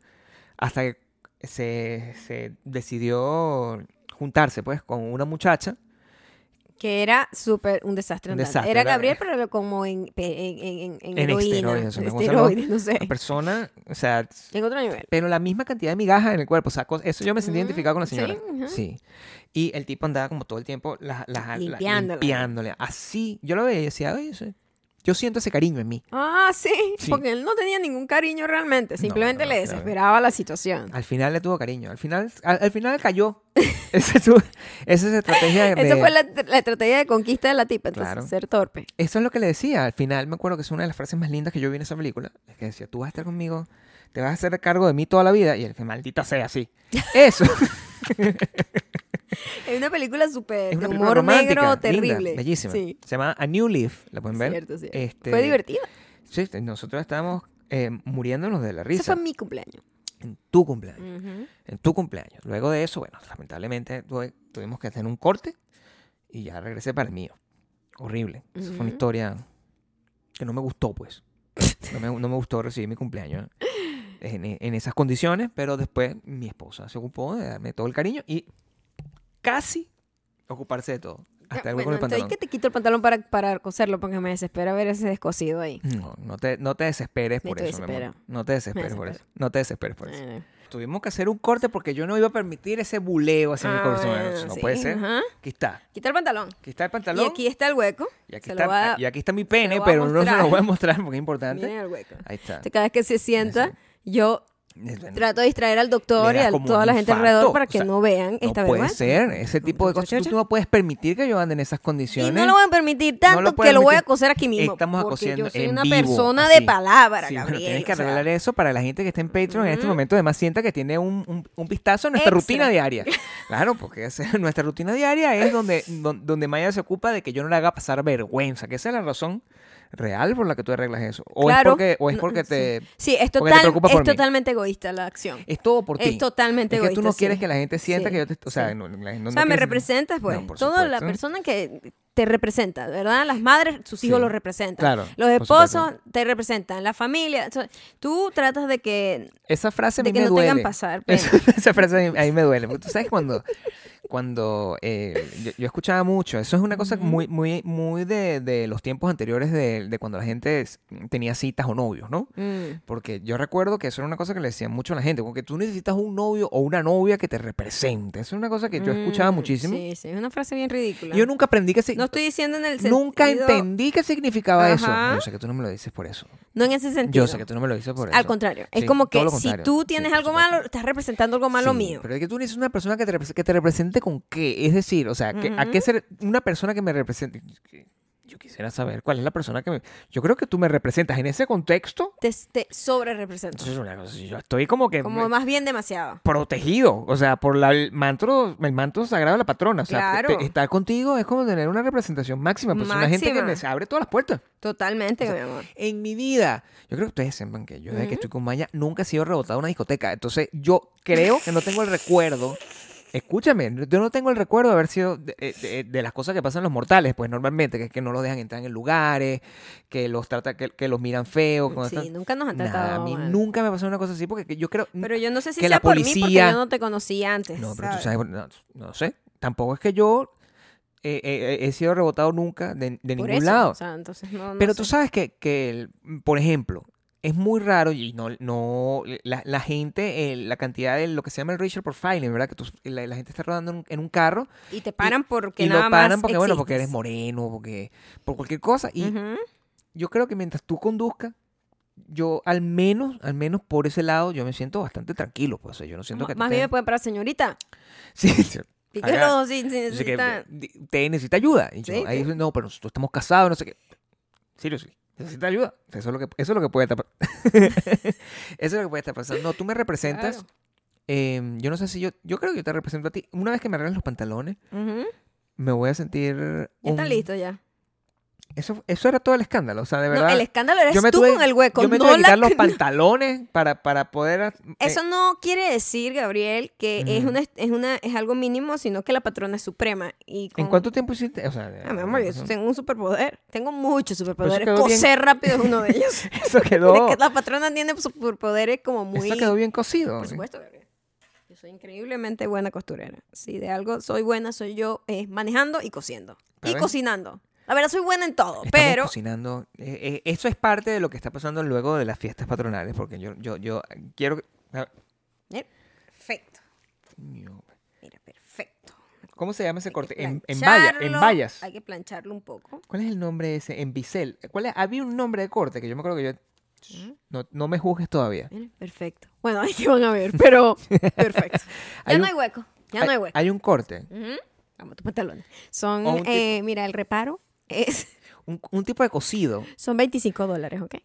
B: hasta que se, se decidió juntarse, pues, con una muchacha.
A: que era súper un desastre.
B: Un
A: andante.
B: desastre,
A: era
B: era-
A: Gabriel, pero como en, pe- en, en, en,
B: En
A: heroína.
B: esteroides, eso,
A: en
B: una cosa
A: esteroides, no sé.
B: La persona, o sea,
A: En otro nivel.
B: pero la misma cantidad de migajas en el cuerpo. O sea, cos- eso yo me sentí
A: Mm,
B: identificado con la
A: sí,
B: señora.
A: ajá.
B: Sí. Y el tipo andaba como todo el tiempo las, las, las-
A: Limpiándola.
B: limpiándole. Así. Yo lo veía y decía, oye, sí, yo siento ese cariño en mí.
A: Ah, sí,
B: Sí.
A: porque él no tenía ningún cariño realmente, simplemente
B: no,
A: le
B: claro.
A: desesperaba la situación.
B: Al final le tuvo cariño. Al final, al, al final cayó. Esa es, su- esa es la estrategia de...
A: Esa fue la, la estrategia de conquista de la tipa, entonces
B: Claro.
A: ser torpe.
B: Eso es lo que le decía. Al final me acuerdo que es una de las frases más lindas que yo vi en esa película. Es que decía, tú vas a estar conmigo, te vas a hacer cargo de mí toda la vida. Y el que maldita sea así. Eso.
A: Es una película súper
B: es
A: de
B: una película
A: humor
B: romántica,
A: negro
B: linda,
A: terrible.
B: bellísima.
A: Sí,
B: Se llama A New Leaf. La pueden ver.
A: cierto, cierto.
B: Este,
A: Fue divertido.
B: Sí, este, nosotros estábamos eh, muriéndonos de la
A: Ese
B: risa.
A: fue mi cumpleaños.
B: En tu cumpleaños.
A: Ujú.
B: En tu cumpleaños. Luego de eso, bueno, lamentablemente tuve- tuvimos que hacer un corte y ya regresé para el mío. Horrible. Esa fue una
A: Ujú.
B: historia que no me gustó, pues. No me, no me gustó recibir mi cumpleaños en, en esas condiciones, pero después mi esposa se ocupó de darme todo el cariño y casi ocuparse de todo. Hasta el hueco
A: Ah, bueno,
B: en el
A: entonces
B: pantalón.
A: que te quito el pantalón para, para coserlo porque me desespera ver ese descosido ahí.
B: No, no te, no te desesperes
A: Me
B: por
A: estoy
B: eso, mi amor.
A: desespera.
B: No te desesperes por eso.
A: desespero. Eh.
B: No te desesperes por eso.
A: Bueno.
B: Tuvimos que hacer un corte porque yo no iba a permitir ese buleo así en el
A: Ah,
B: corazón.
A: bueno,
B: Eso no
A: sí,
B: puede ser.
A: ajá.
B: Aquí está.
A: Quita el pantalón.
B: Aquí está el pantalón.
A: Y aquí está el hueco.
B: y aquí
A: se lo
B: está,
A: va a-
B: y aquí está mi pene,
A: va a
B: pero no se lo
A: mostrar.
B: voy a mostrar porque es importante.
A: Miren el hueco.
B: Ahí está.
A: Entonces, Este cada vez que se sienta, yo
B: Bueno,
A: trato de distraer al doctor
B: Le
A: y
B: das
A: a
B: como
A: toda
B: un
A: la gente
B: infarto,
A: alrededor para
B: o
A: que
B: sea,
A: no vean
B: no
A: esta
B: puede
A: vergüenza.
B: ser. Ese tipo de
A: Cha, cha,
B: cosas. Tú
A: cha.
B: no puedes permitir que yo ande en esas condiciones.
A: Y no lo voy a permitir tanto
B: lo puedes
A: que lo voy a
B: permitir.
A: coser aquí mismo.
B: Estamos
A: porque
B: acosiendo
A: yo soy
B: en
A: una
B: vivo,
A: persona
B: así.
A: de palabra,
B: Sí, bueno,
A: Gabriel.
B: tienes que
A: o sea,
B: arreglar eso para la gente que está en Patreon en este momento. Además, sienta que tiene un, un- un vistazo a nuestra
A: Extra.
B: rutina diaria. Claro, porque esa- nuestra rutina diaria es donde, don- donde Maya se ocupa de que yo no le haga pasar vergüenza, que esa es la razón real por la que tú arreglas eso. O
A: Claro.
B: es porque, o es
A: No,
B: porque
A: sí.
B: te...
A: sí, es,
B: porque te
A: total-
B: preocupa por
A: es
B: mí.
A: totalmente egoísta la acción.
B: Es todo por ti.
A: Es totalmente
B: Es que
A: egoísta.
B: tú no quieres
A: sí.
B: que la gente sienta
A: Sí,
B: que yo te... O sea,
A: sí.
B: no, la- no-
A: O
B: no
A: sea, me
B: quieres-
A: representas, pues.
B: No, por
A: toda la
B: supuesto.
A: persona que te representa, ¿verdad? Las madres, sus hijos
B: Sí.
A: los representan.
B: Claro,
A: Los
B: por supuesto.
A: esposos te representan. La familia. o sea, tú tratas de que.
B: Esa frase a
A: de
B: mí
A: que
B: me
A: no
B: duele.
A: tengan pasar pena.
B: Esa, esa frase a mí, a mí me duele. Porque Tú sabes cuando, cuando eh, yo, yo escuchaba mucho, eso es una cosa muy, muy, muy de, de los tiempos anteriores de, de cuando la gente s- tenía citas o novios, ¿no?
A: Mm,
B: Porque yo recuerdo que eso era una cosa que le decían mucho a la gente, como que tú necesitas un novio o una novia que te represente. Eso es una cosa que yo escuchaba
A: mm,
B: muchísimo.
A: Sí, sí, es una frase bien ridícula.
B: Yo nunca aprendí que... si-
A: No estoy diciendo en el sentido.
B: Nunca entendí qué significaba eso.
A: Ajá.
B: Yo sé que tú no me lo dices por eso.
A: No en ese sentido.
B: Yo sé que tú no me lo dices por eso.
A: Al contrario, es
B: Sí,
A: como
B: todo
A: que
B: lo
A: si
B: contrario.
A: tú
B: Sí,
A: tienes
B: por
A: algo
B: supuesto.
A: malo, estás representando algo malo
B: Sí,
A: mío.
B: Pero es que tú necesitas una persona que te, repres- que te represente con qué. Es decir, o sea, que, ¿a qué ser una persona que me represente? yo quisiera saber cuál es la persona que me... Yo creo que tú me representas en ese contexto.
A: Te, te sobre represento.
B: Entonces, una cosa, yo estoy como que
A: Como
B: me-
A: más bien demasiado.
B: protegido, o sea, por la- el, manto, el manto sagrado de la patrona. O sea,
A: Claro.
B: te- te- estar contigo es como tener una representación máxima, pues una gente que
A: Máxima.
B: me se abre todas las puertas.
A: Totalmente, mi amor.
B: En mi vida, yo creo que ustedes sepan que yo desde que estoy con Maya nunca he sido rebotado a una discoteca. Entonces, yo creo que no tengo el recuerdo. Escúchame, yo no tengo el recuerdo de haber sido de, eh, de- de las cosas que pasan los mortales, pues normalmente, que es que no los dejan entrar en lugares, que los trata, que, que los miran feo. que cuando
A: Sí,
B: están-
A: nunca nos han
B: Nada,
A: tratado.
B: a mí
A: mal.
B: nunca me pasó una cosa así porque que yo creo
A: Pero yo no sé si
B: que
A: sea
B: la
A: por mí porque
B: policía-
A: yo no te conocí antes.
B: no, pero tú sabes, no, no sé. Tampoco es que yo eh, eh, he sido rebotado nunca de, de
A: Por
B: ningún
A: eso,
B: lado.
A: o sea, entonces no- no
B: pero
A: sé.
B: tú sabes que, que el- por ejemplo, es muy raro y no, no la, la gente, eh, la cantidad de lo que se llama el Richard Profiling, ¿verdad? Que tú- la, la gente está rodando en un, en un carro
A: Y te paran porque
B: y lo
A: nada
B: paran
A: más
B: porque, bueno, porque eres
A: existes.
B: moreno, porque por cualquier cosa. Y
A: Ujú.
B: yo creo que mientras tú conduzcas, yo al menos, al menos por ese lado, yo me siento bastante tranquilo. Pues, o sea, yo no siento que...
A: M-
B: tú
A: Más bien me
B: tengas-
A: pueden parar, señorita.
B: Sí, sí.
A: Píquelo si, si
B: Dice que
A: necesita.
B: di- usted necesita ayuda. Y yo,
A: Sí,
B: ahí
A: sí.
B: dice, no, pero nosotros estamos casados, no sé qué. Seriously, necesita ayuda. Eso es lo que, eso es lo que puede estar pasando. eso es lo que puede estar pasando. No, tú me representas.
A: Claro.
B: eh, yo no sé si yo, yo creo que yo te represento a ti. Una vez que me arreglen los pantalones,
A: Ujú.
B: me voy a sentir.
A: Ya está
B: un-
A: listo ya.
B: Eso, eso era todo el escándalo. O sea, de
A: No,
B: verdad.
A: el escándalo eres
B: yo me
A: tú
B: tuve-
A: con el hueco.
B: yo me
A: no
B: tuve que
A: la-
B: quitar los pantalones para, para poder. eh,
A: Eso no quiere decir, Gabriel, que es,
B: Ujú.
A: una, es, una, es algo mínimo, sino que la patrona es suprema. Y
B: eh, ¿En
A: con-
B: cuánto tiempo hiciste? O sea, eh,
A: Ah, mi amor, yo
B: eso,
A: tengo un superpoder. Tengo muchos superpoderes.
B: quedó bien.
A: Coser rápido es uno de ellos.
B: eso quedó.
A: Es que la patrona tiene superpoderes como muy...
B: Eso quedó bien cocido.
A: Por supuesto, Gabriel. Yo soy increíblemente buena costurera. Si de algo soy buena, soy yo eh, manejando y cosiendo.
B: A
A: Y
B: ver.
A: cocinando. La verdad, soy buena en todo,
B: Estamos
A: pero...
B: cocinando. Eh, eh, eso es parte de lo que está pasando luego de las fiestas patronales, porque yo, yo, yo quiero. que- a-
A: Eh, Perfecto.
B: Coño,
A: Mira, perfecto.
B: ¿Cómo se llama ese
A: Hay que
B: corte? En, en valla- en
A: plancharlo,
B: vallas.
A: Hay que plancharlo un poco.
B: ¿Cuál es el nombre ese? En bisel. ¿Cuál es? Había un nombre de corte que yo me acuerdo que yo.
A: Mm.
B: Shh, No, no me juzgues todavía.
A: Mira, perfecto. Bueno, ahí que van a ver, pero perfecto.
B: Hay
A: Ya
B: un-
A: no hay hueco. Ya no hay hueco.
B: un corte.
A: Ujú. Vamos, tus pantalones. Son,
B: O un tipo-
A: eh, mira, el reparo es,
B: Un, un tipo de cocido
A: son 25 dólares, ¿ok?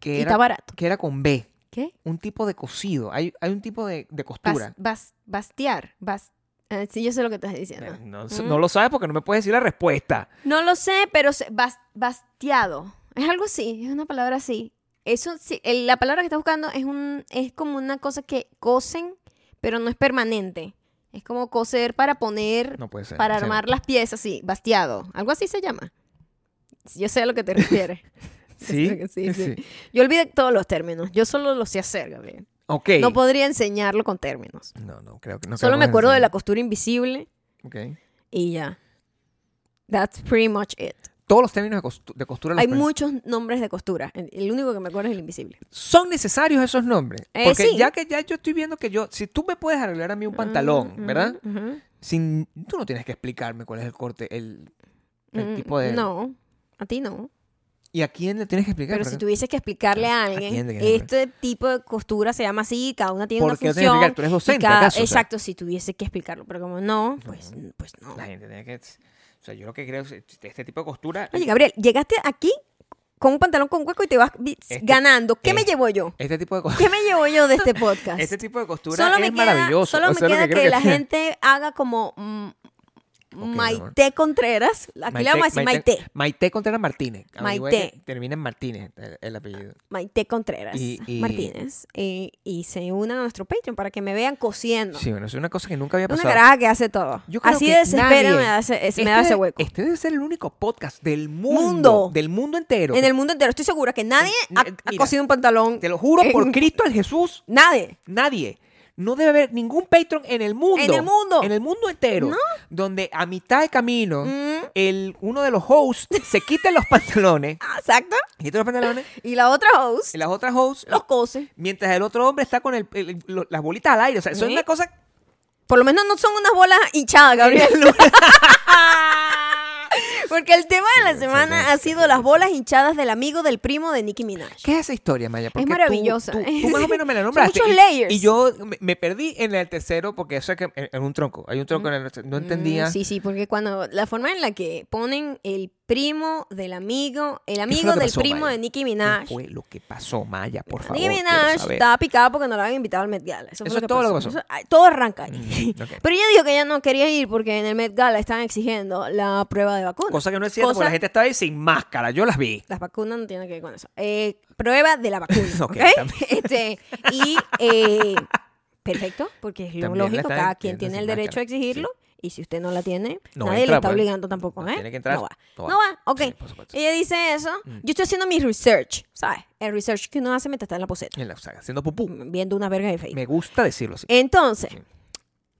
B: que
A: Y
B: era,
A: está barato.
B: que era con B.
A: ¿Qué?
B: Un tipo de cocido. Hay, hay un tipo de, de
A: Bas,
B: costura.
A: bas- bastear. Bas, eh, sí, yo sé lo que estás diciendo.
B: Eh, No, no lo sabes porque no me puedes decir la respuesta.
A: No lo sé, pero se- bas- basteado. Es algo así, es una palabra así. Eso sí, el- la palabra que estás buscando es un es como una cosa que cosen, pero no es permanente. Es como coser para poner,
B: No puede ser.
A: para
B: o sea,
A: armar las piezas, sí, basteado. Algo así se llama. Yo sé a lo que te refieres.
B: Sí,
A: Creo que sí, sí.
B: sí.
A: Yo olvidé todos los términos. Yo solo lo sé hacer, Gabriel.
B: Ok.
A: No podría enseñarlo con términos.
B: No, no, creo que no.
A: solo
B: creo
A: me
B: que es
A: acuerdo de
B: así.
A: la costura invisible
B: Ok.
A: y ya. That's pretty much it.
B: Todos los términos de, costu- de costura los
A: Hay
B: ponen.
A: muchos nombres de costura. El el único que me acuerdo es el invisible.
B: son necesarios esos nombres.
A: Eh,
B: Porque
A: sí. Mm,
B: ya que ya yo estoy viendo que yo, si tú me puedes arreglar a mí un pantalón,
A: Ujú,
B: ¿verdad?
A: mm, ujú,
B: Sin, tú no tienes que explicarme cuál es el corte, el, el
A: mm,
B: tipo de.
A: No, a ti no.
B: ¿Y a quién le tienes que explicar?
A: Pero si
B: Porque-
A: tuvieses que explicarle a
B: ¿A
A: alguien,
B: quién le quieres
A: este tipo de costura se llama así, cada una tiene
B: ¿Por
A: una
B: qué no tienes que explicar?
A: función.
B: Tú eres
A: y
B: docente,
A: cada-
B: ¿acaso? O sea,
A: Exacto, si tuviese que explicarlo. Pero como no, pues, pues no.
B: La gente tiene que. O sea, yo lo que creo es que este tipo de costura.
A: Oye, Gabriel, llegaste aquí con un pantalón con hueco y te vas vi-
B: Este-
A: ganando. ¿Qué me
B: este-
A: llevo yo?
B: Este tipo de costura.
A: ¿Qué me llevo yo de este podcast?
B: Este tipo de costura
A: solo
B: es
A: me queda,
B: maravilloso.
A: Solo
B: O
A: me
B: sea, lo
A: queda que,
B: quiero
A: la gente haga como mm,
B: amor.
A: Maite Contreras. Aquí le vamos a decir Maite.
B: Maite Contreras Martínez. Averigüe
A: Maite.
B: que Termina en Martínez eh, el, el apellido.
A: Maite Contreras
B: Y- y-
A: Martínez. eh, y se unan a nuestro Patreon para que me vean cosiendo.
B: Sí, bueno, es una cosa que nunca había
A: Una
B: pasado.
A: caraja que hace todo.
B: Yo creo
A: Así
B: que
A: de desespera
B: nadie-
A: me da ese, ese- me da ese
B: debe-
A: hueco.
B: Este debe ser el único podcast del mundo.
A: Mundo.
B: Del mundo entero.
A: en el mundo entero. Estoy segura que nadie ha,
B: Eh,
A: ha
B: mira,
A: cosido un pantalón.
B: Te lo juro, por
A: en-
B: Cristo el Jesús,
A: Nadie.
B: nadie. No debe haber ningún Patreon en el mundo.
A: En el mundo.
B: En el mundo entero.
A: No.
B: Donde a mitad de camino,
A: Mm.
B: el, uno de los hosts se quita los pantalones.
A: Ah, Exacto.
B: se quita los pantalones.
A: Y la otra host
B: Y las otras hosts,
A: los cose.
B: mientras el otro hombre está con el- el- lo- las bolitas al aire. O sea,
A: ¿Sí?
B: eso es una cosa...
A: Por lo menos no son unas bolas hinchadas, Gabriel. Porque el tema de la semana ha sido las bolas hinchadas del amigo del primo de Nicki Minaj.
B: ¿Qué es esa historia, Maya? Porque tú-
A: maravillosa.
B: Tú, tú más o menos me la
A: Son
B: nombraste.
A: muchos
B: y-
A: layers.
B: Y, yo me, me perdí en el tercero porque eso es que en, en un tronco. Hay un tronco en el No entendía.
A: Mm, Sí, sí, porque cuando la forma en la que ponen el primo del amigo, el amigo
B: que
A: del
B: pasó,
A: primo
B: Maya?
A: de Nicki
B: ¿Qué
A: Minaj.
B: fue lo que pasó, Maya? Por favor.
A: Nicki
B: quiero
A: Minaj
B: saber.
A: estaba picada porque no la habían invitado al Met Gala. Eso, fue
B: Eso
A: lo
B: es
A: que
B: todo lo que
A: pasó.
B: pasó.
A: Eso- ay, todo arranca ahí.
B: Mm, ok.
A: Pero ella dijo que ella no quería ir porque en el Met Gala estaban exigiendo la prueba de vacuna.
B: Cosa que no es cierto, porque
A: Cosa-
B: la gente estaba ahí sin máscara. Yo las vi.
A: Las vacunas no tienen que ver con eso. Eh, prueba de la vacuna.
B: Ok,
A: ¿ok?
B: también.
A: Este, y eh, perfecto, porque es lo
B: También la
A: lógico.
B: están
A: Cada quien
B: viendo
A: tiene
B: sin
A: el derecho
B: máscara,
A: a exigirlo. Y si usted no la tiene,
B: No
A: nadie le
B: entra,
A: está
B: pues.
A: obligando tampoco.
B: No
A: ¿eh?
B: tiene que entrar.
A: No va.
B: No
A: No
B: va.
A: va. Ok.
B: Sí, por supuesto. Mm.
A: Ella dice eso. Yo estoy haciendo mi research, ¿sabes? El research que uno hace mientras está en la poseta.
B: En la- o sea, haciendo pupú.
A: Viendo una verga de Facebook.
B: Me gusta decirlo así.
A: Entonces,
B: Sí.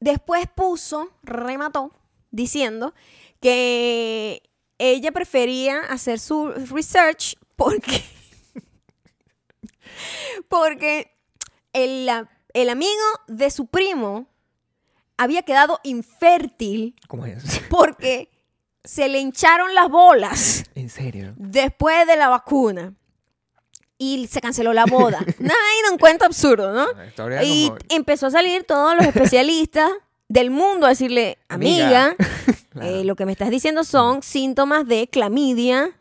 A: después puso, remató, diciendo que ella prefería hacer su research porque. porque el, a- el amigo de su primo había quedado infértil
B: ¿Cómo es?
A: porque se le hincharon las bolas
B: En serio.
A: después de la vacuna. Y se canceló la boda. Nada, era un cuento absurdo, ¿no?
B: Una historia
A: Y
B: como-
A: empezó a salir todos los especialistas del mundo a decirle, amiga,
B: Claro. Mm.
A: eh, lo que me estás diciendo son síntomas de clamidia,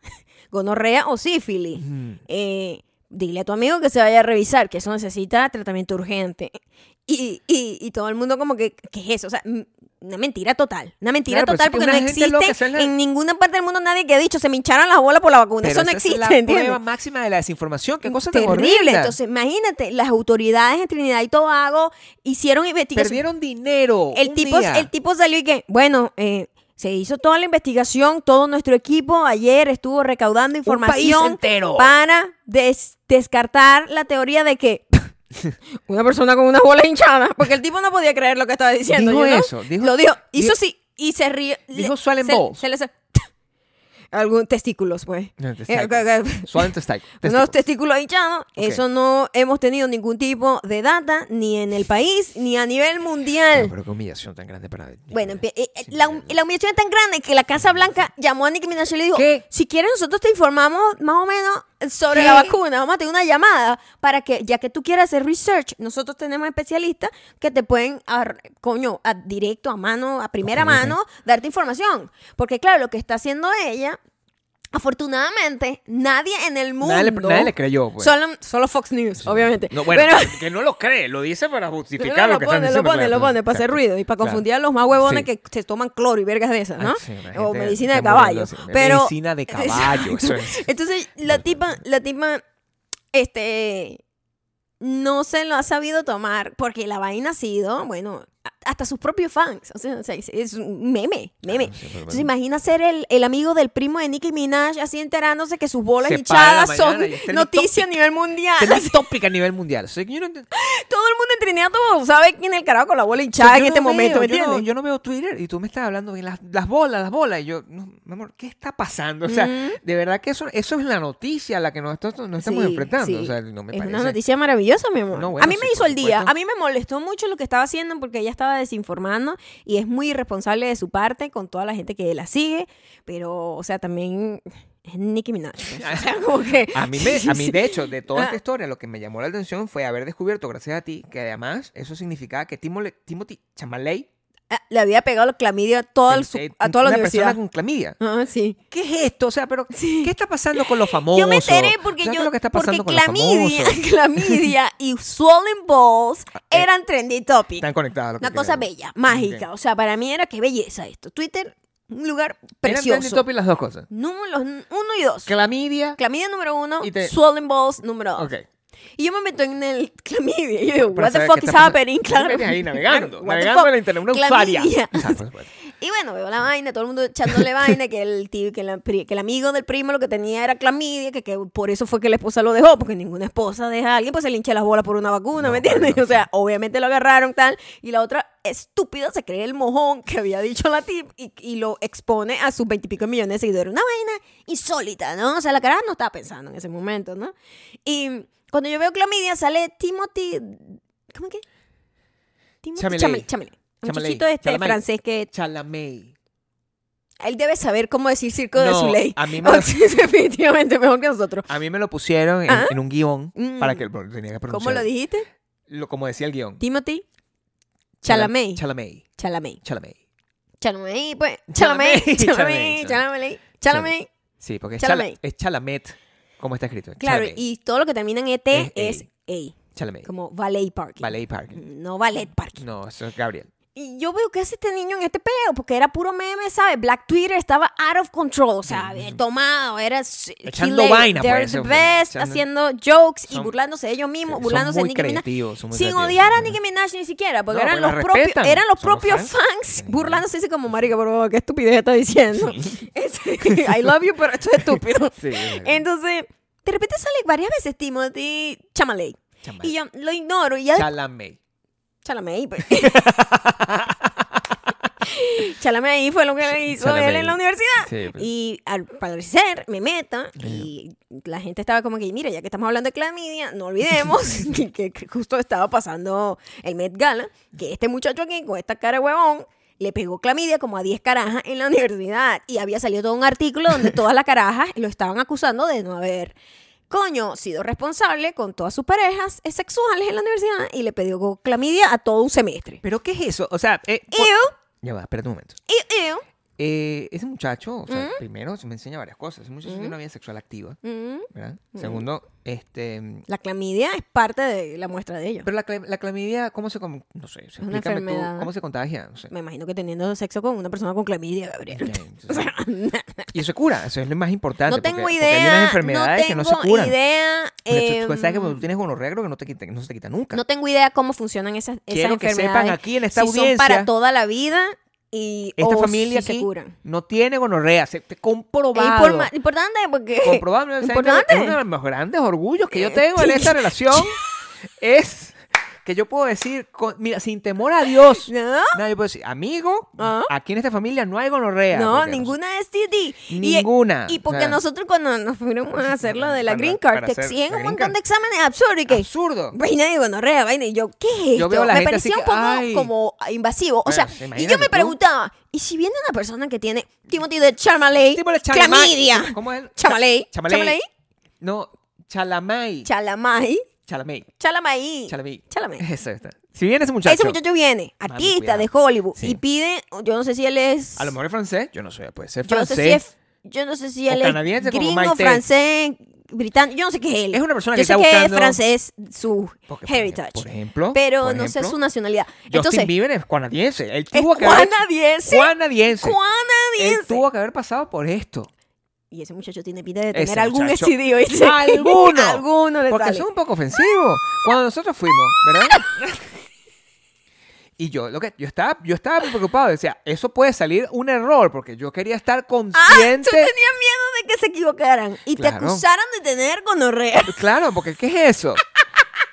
A: gonorrea o sífilis.
B: Mm.
A: Eh, dile a tu amigo que se vaya a revisar, que eso necesita tratamiento urgente. Y, y- y todo el mundo como que, ¿qué es eso? O sea, mm, una mentira total. Una mentira
B: Claro, pero
A: total
B: es que
A: porque no
B: una gente
A: existe
B: loca, esa es la-
A: en ninguna parte del mundo nadie que ha dicho, se me hincharon las bolas por la vacuna.
B: Pero
A: eso no
B: esa
A: existe,
B: Es la
A: ¿entiendes?
B: prueba máxima de la desinformación. Qué cosa tan
A: terrible.
B: horrible.
A: Entonces, imagínate, las autoridades en Trinidad y Tobago hicieron investigación.
B: Perdieron dinero.
A: El
B: un
A: tipo,
B: día.
A: el tipo salió y que, bueno, eh, se hizo toda la investigación, todo nuestro equipo ayer estuvo recaudando información
B: país entero.
A: para des- descartar la teoría de que una persona con unas bolas hinchadas, porque el tipo no podía creer lo que estaba diciendo.
B: Dijo
A: you know?
B: eso, dijo-
A: lo dijo,
B: di-
A: hizo sí y se rió. le-
B: dijo swollen
A: se-
B: balls.
A: se le hace- algún testículos, pues.
B: No,
A: Eh, ok,
B: testículos.
A: ok.
B: Suave en testículos.
A: Unos Pues testículos hinchados.
B: Ok.
A: Eso no hemos tenido ningún tipo de data, ni en el país, ni a nivel
B: No,
A: mundial.
B: Pero qué humillación tan grande para.
A: Bueno, empie- eh, eh,
B: Sí,
A: la,
B: mira,
A: hum- la humillación es tan grande que la Casa Blanca llamó a Nicki Minaj y le dijo,
B: ¿Qué?
A: si quieres nosotros te informamos más o menos sobre
B: ¿Qué?
A: la vacuna, vamos a tener una llamada para que, ya que tú quieras hacer research, nosotros tenemos especialistas que te pueden, ar- coño, a- directo, a mano, a primera
B: Ok, ok.
A: mano, darte información. Porque claro, lo que está haciendo ella, afortunadamente, nadie en el mundo...
B: Nadie le, nadie le creyó, pues.
A: Solo, solo Fox News, obviamente.
B: No, bueno,
A: Pero-
B: que no lo cree, lo dice para justificar
A: no,
B: lo,
A: lo
B: que
A: pone,
B: están diciendo.
A: Lo pone,
B: claro,
A: lo pone, para hacer
B: exacto.
A: ruido y para
B: Claro.
A: confundir a los más huevones
B: Sí.
A: que se toman cloro y vergas de esas,
B: Ay,
A: ¿no?
B: Ah, sí, la
A: o
B: gente
A: medicina de
B: está
A: caballo.
B: muriéndose.
A: Pero,
B: Medicina de caballo, eso es.
A: Entonces, la tipa, la tipa, este, no se lo ha sabido tomar porque la vaina ha sido, bueno, a- hasta sus propios fans. O sea, o sea, es- es un meme, meme.
B: Ah, sí, pero
A: Entonces,
B: bueno.
A: imagina ser el, el amigo del primo de Nicki Minaj así enterándose que sus bolas
B: Se para la
A: hinchadas son
B: mañana y está en el
A: noticia a nivel mundial.
B: Tenés tópica a nivel mundial. O sea, que yo no entiendo-
A: Todo el mundo en Trinidad Tobago sabe quién es el carajo con la bola
B: o sea,
A: hinchada en
B: yo
A: este
B: no
A: momento,
B: veo,
A: ¿me
B: yo no-
A: entiendes?
B: Yo no veo Twitter y tú me estás hablando de las, las bolas, las bolas. Y yo, no, mi amor, ¿qué está pasando? O sea, de verdad que eso, eso es la noticia a la que nos, nosotros nos estamos
A: Mm. Sí,
B: enfrentando.
A: sí.
B: O sea, no me
A: es
B: parece.
A: una noticia maravillosa, mi amor.
B: No, bueno,
A: a mí
B: sí,
A: me
B: por
A: hizo el día.
B: supuesto.
A: A mí me molestó mucho lo que estaba haciendo porque ella estaba desinformando y es muy irresponsable de su parte con toda la gente que la sigue. Pero, o sea, también es Nicki Minaj. pues, o sea, como que...
B: A mí, me, a mí, de hecho, de toda
A: Ah.
B: esta historia, lo que me llamó la atención fue haber descubierto, gracias a ti, que además eso significaba que Timole- Timothy Chamaley
A: Ah, Le había pegado los clamidio a, todo el su-
B: eh,
A: a toda la
B: una
A: universidad.
B: persona con clamidia.
A: Ah, sí.
B: ¿Qué es esto? O sea, pero
A: Sí.
B: ¿qué está pasando con los famosos?
A: Yo me enteré porque
B: ¿Sabes qué
A: yo
B: es lo que está
A: porque
B: pasando con
A: clamidia,
B: los famosos?
A: clamidia y swollen balls
B: eh,
A: eran trendy topic.
B: Están conectados. lo que
A: Una cosa
B: querían.
A: bella, mágica. O sea, para mí era qué belleza esto. Twitter, un lugar
B: Eran trendy
A: precioso.
B: topic las dos cosas.
A: Número los uno y dos.
B: Clamidia.
A: Clamidia número uno,
B: Y te-
A: swollen balls número dos.
B: ok.
A: Y yo me meto en el clamidia. Y yo digo,
B: Para
A: what the
B: saber
A: fuck
B: qué
A: is
B: está pasando.
A: happening?
B: Tú te
A: Claro.
B: metes ahí navegando.
A: What the
B: Navegando
A: fuck?
B: en la internet. Una usuaria.
A: Clamidia.
B: Exacto, exacto.
A: Y pues, bueno, veo la vaina, todo el mundo echándole vaina, que el tío, que, la pri- que el amigo del primo lo que tenía era clamidia, que, que por eso fue que la esposa lo dejó, porque ninguna esposa deja a alguien, pues se le hincha las bolas por una vacuna,
B: No,
A: ¿me entiendes?
B: claro,
A: o sea, obviamente lo agarraron tal, y la otra estúpida se cree el mojón que había dicho la tip y, y lo expone a sus veintipico millones de seguidores. Una vaina insólita, ¿no? O sea, la cara no estaba pensando en ese momento, ¿no? Y cuando yo veo clamidia sale Timothy... ¿Cómo que? Timothy
B: Chalamet.
A: Chalamet, Chalamet. Un
B: Chalamet,
A: muchachito este
B: Chalamet.
A: francés que
B: Chalamet.
A: él debe saber cómo decir circo de
B: No,
A: su ley.
B: a mí me lo-
A: Definitivamente mejor que nosotros.
B: A mí me lo pusieron en,
A: Ah.
B: en un guión
A: Mm.
B: para que lo tenía que pronunciar.
A: ¿Cómo lo dijiste?
B: Lo- como decía el guión.
A: Timothy
B: Chalamey.
A: Chalamet. Chalamet.
B: Chalamet. Chalamet.
A: Chalamet, pues.
B: Chalamet,
A: Chalamet. Chalamet.
B: Chalamet,
A: Chalamet. Chalamet.
B: Sí, porque es,
A: Chalamet.
B: Chala- es Chalamet, como está escrito.
A: Claro,
B: Chalamet.
A: y todo lo que termina en ET
B: Es
A: es A,
B: Chalamet.
A: como valet parking.
B: Ballet Park.
A: No valet parking.
B: No, eso es Gabriel.
A: Y yo veo que hace este niño en este peo, porque era puro meme, ¿sabes? Black Twitter estaba out of control, o sea, había tomado, era s-
B: Echando
A: hilarious.
B: vaina,
A: They're
B: pues,
A: the
B: eso fue,
A: best,
B: echando-
A: haciendo jokes y
B: Son-
A: burlándose de ellos mismos,
B: son
A: burlándose de
B: muy
A: Nicki Minaj.
B: creativos, son muy
A: Sin
B: creativos,
A: odiar a
B: son muy-
A: Nicki Minaj ni siquiera, porque
B: No,
A: eran,
B: pues la
A: los propios,
B: respetan,
A: eran los
B: son los
A: propios
B: fans.
A: fans
B: Animal.
A: burlándose así como, marica, por favor, qué estupidez está diciendo. I love you, pero esto es estúpido.
B: Sí, es verdad.
A: Entonces, de repente sale varias veces Timothy Chalamet.
B: Chalamet.
A: Y yo lo ignoro y ya después-
B: Chalamet.
A: Chalamet ahí, pues. Chalamet ahí fue lo que le hizo
B: Chalamet.
A: él en la universidad.
B: Sí, pues.
A: Y al parecer me meta y la gente estaba como que, mira, ya que estamos hablando de clamidia, no olvidemos que, que justo estaba pasando el Met Gala, que este muchacho aquí con esta cara de huevón le pegó clamidia como a 10 carajas en la universidad y había salido todo un artículo donde todas las carajas lo estaban acusando de no haber coño, sido responsable con todas sus parejas eh, sexuales en la universidad y le pidió clamidia a todo un semestre.
B: ¿Pero qué es eso? O sea, eh, por-
A: Ew,
B: ya va, espérate un momento.
A: ew, ew.
B: Eh, ese muchacho, o sea, primero se me enseña varias cosas. Ese muchacho tiene una vida sexual activa,
A: Mm.
B: ¿verdad? Segundo, este...
A: La clamidia es parte de la muestra de ellos.
B: Pero la, cla- la clamidia, ¿cómo se... com- No sé,
A: una
B: explícame tú,
A: enfermedad.
B: ¿cómo se contagia? No sé.
A: Me imagino que teniendo sexo con una persona con clamidia, Gabriel.
B: Ok, entonces- y eso se cura, eso es lo más importante.
A: No tengo
B: porque- porque hay unas
A: idea. No
B: enfermedades que
A: tengo
B: no se curan.
A: idea.
B: Pero tú- tú
A: em,
B: sabes Pues, que cuando tú tienes gonorrea creo que no, te quita- no se te quita nunca.
A: no tengo idea cómo funcionan esas, esas
B: Quiero que
A: enfermedades.
B: sepan aquí en esta
A: si son
B: audiencia.
A: para toda la vida y
B: esta
A: o
B: familia
A: si
B: aquí
A: se curan.
B: no tiene gonorrea, se te comprobado.
A: Informa- importante porque
B: comprobado, o sea,
A: importante.
B: Es uno de los más grandes orgullos
A: Eh,
B: que yo tengo en esta relación es que yo puedo decir, con- mira, sin temor a Dios.
A: ¿No?
B: Nadie puede decir, amigo,
A: Ah.
B: aquí en esta familia no hay gonorrea.
A: No,
B: porque-
A: ninguna STD. Y-
B: Ninguna.
A: Y, porque
B: O sea, Pues,
A: nosotros cuando nos fuimos a hacer lo de la
B: Para-
A: Green Card,
B: para
A: te
B: hacer
A: exigen
B: la
A: un
B: green
A: montón
B: card.
A: de exámenes absurdos Pues, y que...
B: Absurdo.
A: Vaina de gonorrea, vaina. Y yo, ¿qué es esto?
B: Yo veo a la
A: me
B: gente
A: parecía
B: así
A: un
B: que,
A: poco
B: ay.
A: como invasivo. O
B: Bueno,
A: sea,
B: sí,
A: y yo
B: imagínate
A: me
B: tú.
A: preguntaba, ¿y si viene una persona que tiene Timothy de Chalamet,
B: Tipo de Chalamay.
A: clamidia,
B: ¿Cómo es?
A: Chamalay,
B: Chamalay.
A: Chamalay,
B: No, Chalamay.
A: Chalamay,
B: Chalamay.
A: Chalamay,
B: Chalamay.
A: Chalamay.
B: Eso está. Si viene ese muchacho,
A: Ese muchacho viene, artista
B: cuidado.
A: de Hollywood,
B: Sí.
A: y pide, yo no sé si él es...
B: a lo mejor es francés, yo no sé, puede ser
A: Yo no sé
B: francés.
A: si es, yo no sé si
B: O
A: él es
B: canadiense como
A: gringo,
B: Mike Tell.
A: francés, británico, yo no sé qué es él.
B: Es una persona
A: yo
B: que
A: sé
B: está
A: que
B: buscando-
A: es francés su
B: Porque, por
A: heritage.
B: ejem- por ejemplo,
A: pero
B: por
A: no sé
B: ejemplo,
A: su nacionalidad.
B: Justin
A: Entonces,
B: Bieber es canadiense. Él
A: es
B: tuvo que haber-
A: canadiense.
B: Canadiense. Él
A: Canadiense.
B: tuvo que haber pasado por esto.
A: Y ese muchacho tiene pinta de
B: Ese
A: tener algún
B: muchacho-
A: STD, ¿oíste?
B: Alguno.
A: Alguno le
B: Porque
A: sale.
B: eso es un poco ofensivo. Cuando nosotros fuimos, ¿verdad? Y yo, lo que, yo estaba, yo estaba preocupado, decía, eso puede salir un error, porque yo quería estar
A: Ah, tú tenías
B: consciente.
A: miedo de que se equivocaran y te
B: Claro.
A: acusaran de tener gonorrea.
B: Claro, porque ¿qué es eso?